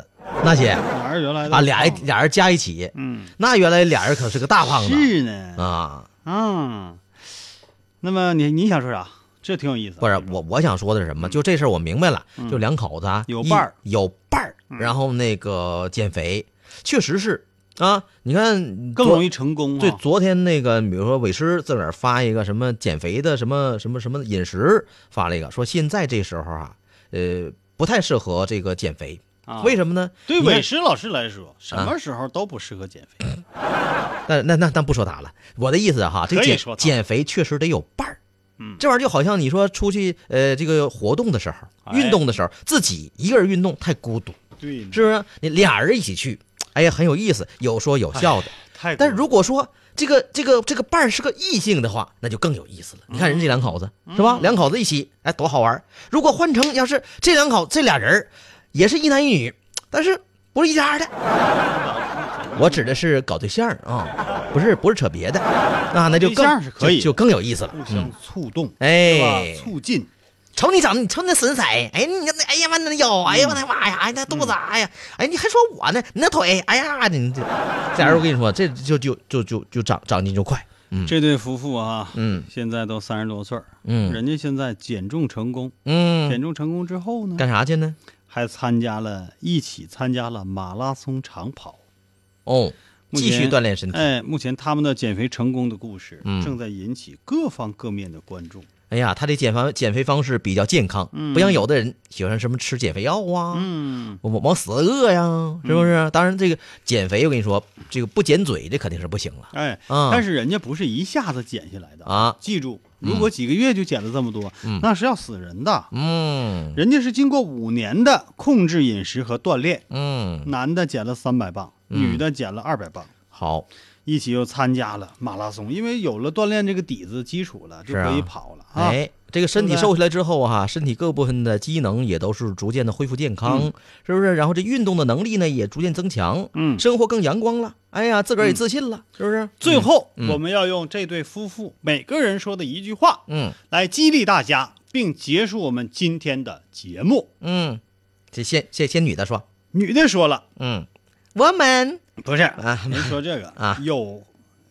Speaker 5: 那些
Speaker 4: 俩人原来的
Speaker 5: 啊，俩
Speaker 4: 胖
Speaker 5: 人俩人加一起，
Speaker 4: 嗯，
Speaker 5: 那原来俩人可是个大胖子
Speaker 4: 是呢
Speaker 5: 啊。
Speaker 4: 啊。那么你你想说啥？这挺有意思啊，
Speaker 5: 不是我，我想说的是什么？就这事儿我明白了，就两口子啊，
Speaker 4: 嗯有
Speaker 5: 一
Speaker 4: 伴儿，嗯
Speaker 5: 有伴儿，然后那个减肥，确实是啊。你看，
Speaker 4: 更
Speaker 5: 昨
Speaker 4: 容易成功啊。
Speaker 5: 对，昨天那个，比如说伟师自个儿发一个什么减肥的什么什么什么饮食，发了一个说现在这时候啊，呃，不太适合这个减肥，
Speaker 4: 啊
Speaker 5: 为什么呢？
Speaker 4: 对
Speaker 5: 你看啊
Speaker 4: 伟师老师来说，什么时候都不适合 减肥。
Speaker 5: 那那那那不说他了，我的意思哈，这
Speaker 4: 可以
Speaker 5: 减
Speaker 4: 说他
Speaker 5: 减肥确实得有伴儿。
Speaker 4: 嗯
Speaker 5: 这玩意儿就好像你说出去呃这个活动的时候，
Speaker 4: 哎嗯
Speaker 5: 运动的时候，自己一个人运动太孤独，
Speaker 4: 对呢，
Speaker 5: 是不是？你俩人一起去，哎呀很有意思，有说
Speaker 4: 哎
Speaker 5: 有笑的。
Speaker 4: 太
Speaker 5: 但是如果说这个这个这个伴儿是个异性的话，那就更有意思了。
Speaker 4: 嗯
Speaker 5: 你看人这两口子是吧？两口子一起，哎，多好玩儿！如果换成要是这两口这俩人儿也是一男一女，但是不是一 家的。我指的是搞对象儿啊，不是不是扯别的，啊，那就
Speaker 4: 搞对
Speaker 5: 更
Speaker 4: 象是可以
Speaker 5: 就就更有意思了。
Speaker 4: 互
Speaker 5: 嗯
Speaker 4: 相，促动，是吧
Speaker 5: 哎，
Speaker 4: 促进。
Speaker 5: 瞅你长得，你瞅那身材，哎，你那哎呀妈那腰，哎呀我的妈呀，哎那肚子，哎呀，哎你还说我呢，你那腿，哎呀你这，这人我跟你说，这就就就就就长长进就快，嗯
Speaker 4: 这对夫妇啊，
Speaker 5: 嗯
Speaker 4: 现在都三十多岁儿，
Speaker 5: 嗯
Speaker 4: 人家现在减重成功，减
Speaker 5: 嗯，
Speaker 4: 重成功之后呢，
Speaker 5: 干啥去呢？
Speaker 4: 还参加了一起参加了马拉松长跑，
Speaker 5: 哦，
Speaker 4: 目
Speaker 5: 继
Speaker 4: 前
Speaker 5: 续锻炼身体。
Speaker 4: 哎，目前他们的减肥成功的故事
Speaker 5: 嗯
Speaker 4: 正在引起各方各面的关注。
Speaker 5: 哎呀，他的减肥减肥方式比较健康，不像有的人喜欢什么吃减肥药啊，
Speaker 4: 嗯，
Speaker 5: 我往死了饿呀，是不是？当然，这个减肥我跟你说，这个不减嘴这肯定是不行了
Speaker 4: 哎，
Speaker 5: 啊
Speaker 4: 但是人家不是一下子减下来的。
Speaker 5: 啊。
Speaker 4: 记住，如果几个月就减了这么多，那是要死人的。
Speaker 5: 嗯
Speaker 4: 人家是经过五年的控制饮食和锻炼，
Speaker 5: 嗯，
Speaker 4: 男的减了三百磅，女的减了二百磅。
Speaker 5: 好，
Speaker 4: 一起又参加了马拉松，因为有了锻炼这个底子基础了，就是
Speaker 5: 啊
Speaker 4: 可以跑了啊。
Speaker 5: 哎，这个身体
Speaker 4: 对不对
Speaker 5: 瘦下来之后哈、身体各部分的机能也都是逐渐的恢复健康，是不是？然后这运动的能力呢也逐渐增强，
Speaker 4: 嗯
Speaker 5: 生活更阳光了。哎呀，自个儿也自信了，是不是？
Speaker 4: 最后，
Speaker 5: 嗯
Speaker 4: 我们要用这对夫妇每个人说的一句话
Speaker 5: 嗯
Speaker 4: 来激励大家，并结束我们今天的节目。
Speaker 5: 嗯，这仙仙仙女的说，
Speaker 4: 女的说了，
Speaker 5: 嗯，我们，
Speaker 4: 不是
Speaker 5: 啊
Speaker 4: 没说这 个
Speaker 5: 啊
Speaker 4: 有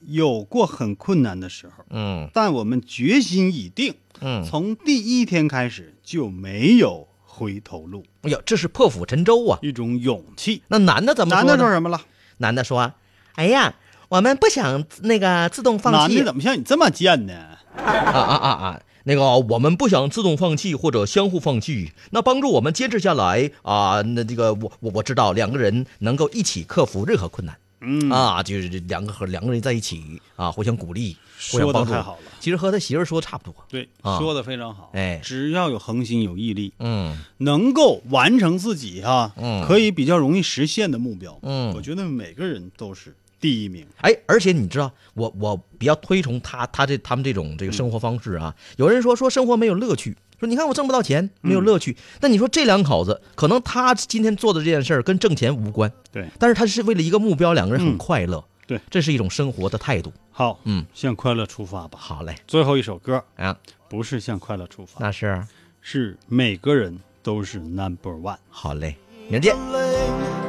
Speaker 4: 有过很困难的时候，
Speaker 5: 嗯
Speaker 4: 但我们决心已定，
Speaker 5: 嗯，
Speaker 4: 从第一天开始就没有回头路，
Speaker 5: 哎呦，这是破釜沉舟啊。
Speaker 4: 一种勇气。
Speaker 5: 那男的怎么
Speaker 4: 男
Speaker 5: 呢
Speaker 4: 的说什么了？
Speaker 5: 男的说：“哎呀，我们不想那个自动放
Speaker 4: 男
Speaker 5: 弃。
Speaker 4: 的”怎么像你这么贱呢？
Speaker 5: 啊啊啊啊！那个，我们不想自动放弃或者相互放弃，那帮助我们坚持下来啊。那这个，我我我知道，两个人能够一起克服任何困难。
Speaker 4: 嗯
Speaker 5: 啊，就是这两个和两个人在一起啊，互相鼓励，
Speaker 4: 说
Speaker 5: 互相
Speaker 4: 得
Speaker 5: 帮助
Speaker 4: 太好了。
Speaker 5: 其实和他媳妇儿说的差不多。
Speaker 4: 对，
Speaker 5: 啊
Speaker 4: 说的非常好。
Speaker 5: 哎
Speaker 4: 只要有恒心、有毅力，
Speaker 5: 嗯
Speaker 4: 能够完成自己哈、
Speaker 5: 嗯
Speaker 4: 可以比较容易实现的目标。我
Speaker 5: 嗯，
Speaker 4: 觉得每个人都是第一名。
Speaker 5: 哎，而且你知道，我我比较推崇他他这他们这种这个生活方式啊。有人说说生活没有乐趣，说你看我挣不到钱，没
Speaker 4: 嗯
Speaker 5: 有乐趣。那你说这两口子，可能他今天做的这件事儿跟挣钱无关，
Speaker 4: 对，
Speaker 5: 但是他是为了一个目标，两个人很
Speaker 4: 嗯
Speaker 5: 快乐。
Speaker 4: 对，
Speaker 5: 这是一种生活的态度。
Speaker 4: 好，
Speaker 5: 嗯，
Speaker 4: 向快乐出发吧。
Speaker 5: 好嘞
Speaker 4: 最后一首歌
Speaker 5: 啊，
Speaker 4: 不是向快乐出发，
Speaker 5: 那是
Speaker 4: 是每个人都是 number one。
Speaker 5: 好嘞，明儿见。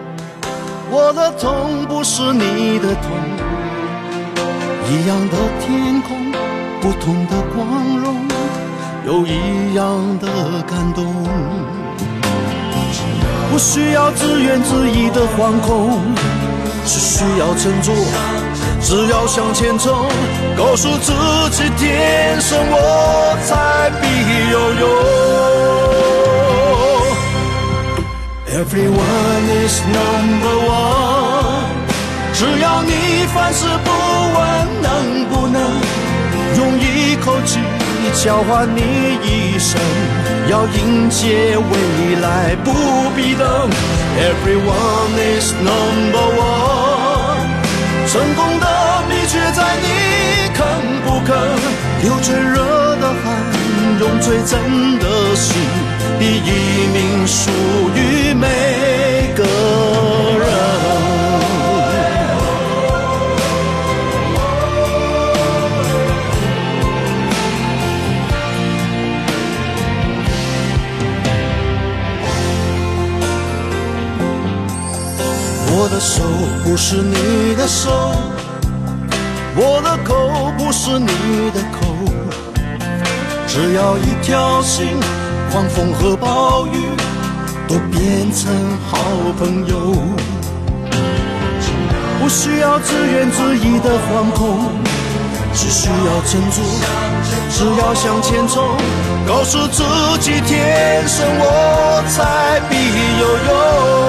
Speaker 1: 我的痛不是你的痛，一样的天空，不同的光荣，有一样的感动。不需要自怨自艾的惶恐，只需要振作，只要向前冲，告诉自己天生我材必有用。Everyone is number one。只要你凡事不问能不能，用一口气交换你一生，要迎接未来不必等。Everyone is number one。成功的秘诀在你肯不肯，流最热的汗。用最真的心，第一名属于每个人。我的手不是你的手，我的口不是你的口。只要一条心，狂风和暴雨都变成好朋友。不需要自怨自艾的惶恐，只需要振作，只要向前冲，告诉自己天生我材必有用。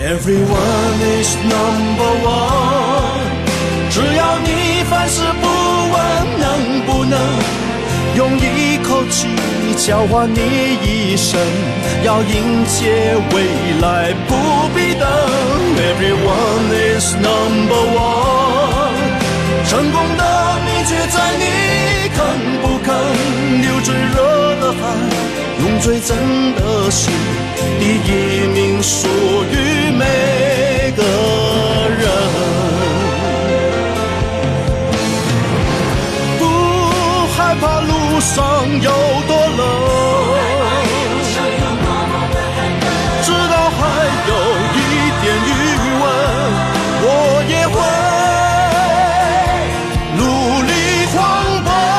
Speaker 1: Everyone is number one。只要你凡事不问能不能，用一口气交换你一生，要迎接未来不必等。Everyone is number one。成功的秘诀在你肯不肯流最热的汗。用最真的心，第一名属于每个人。不害怕路上有多冷，知道还有一点余温，我也会努力狂奔。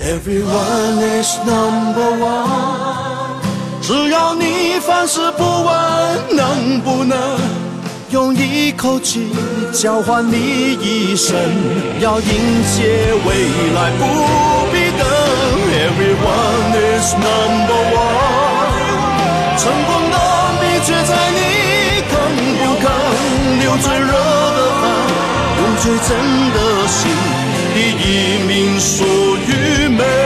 Speaker 1: Everyone is number one。只要你凡事不问能不能，用一口气交换你一生，要迎接未来不必等。Everyone is number one。成功的秘诀在你肯不肯流最热的汗，用最真的心，第一名属于每。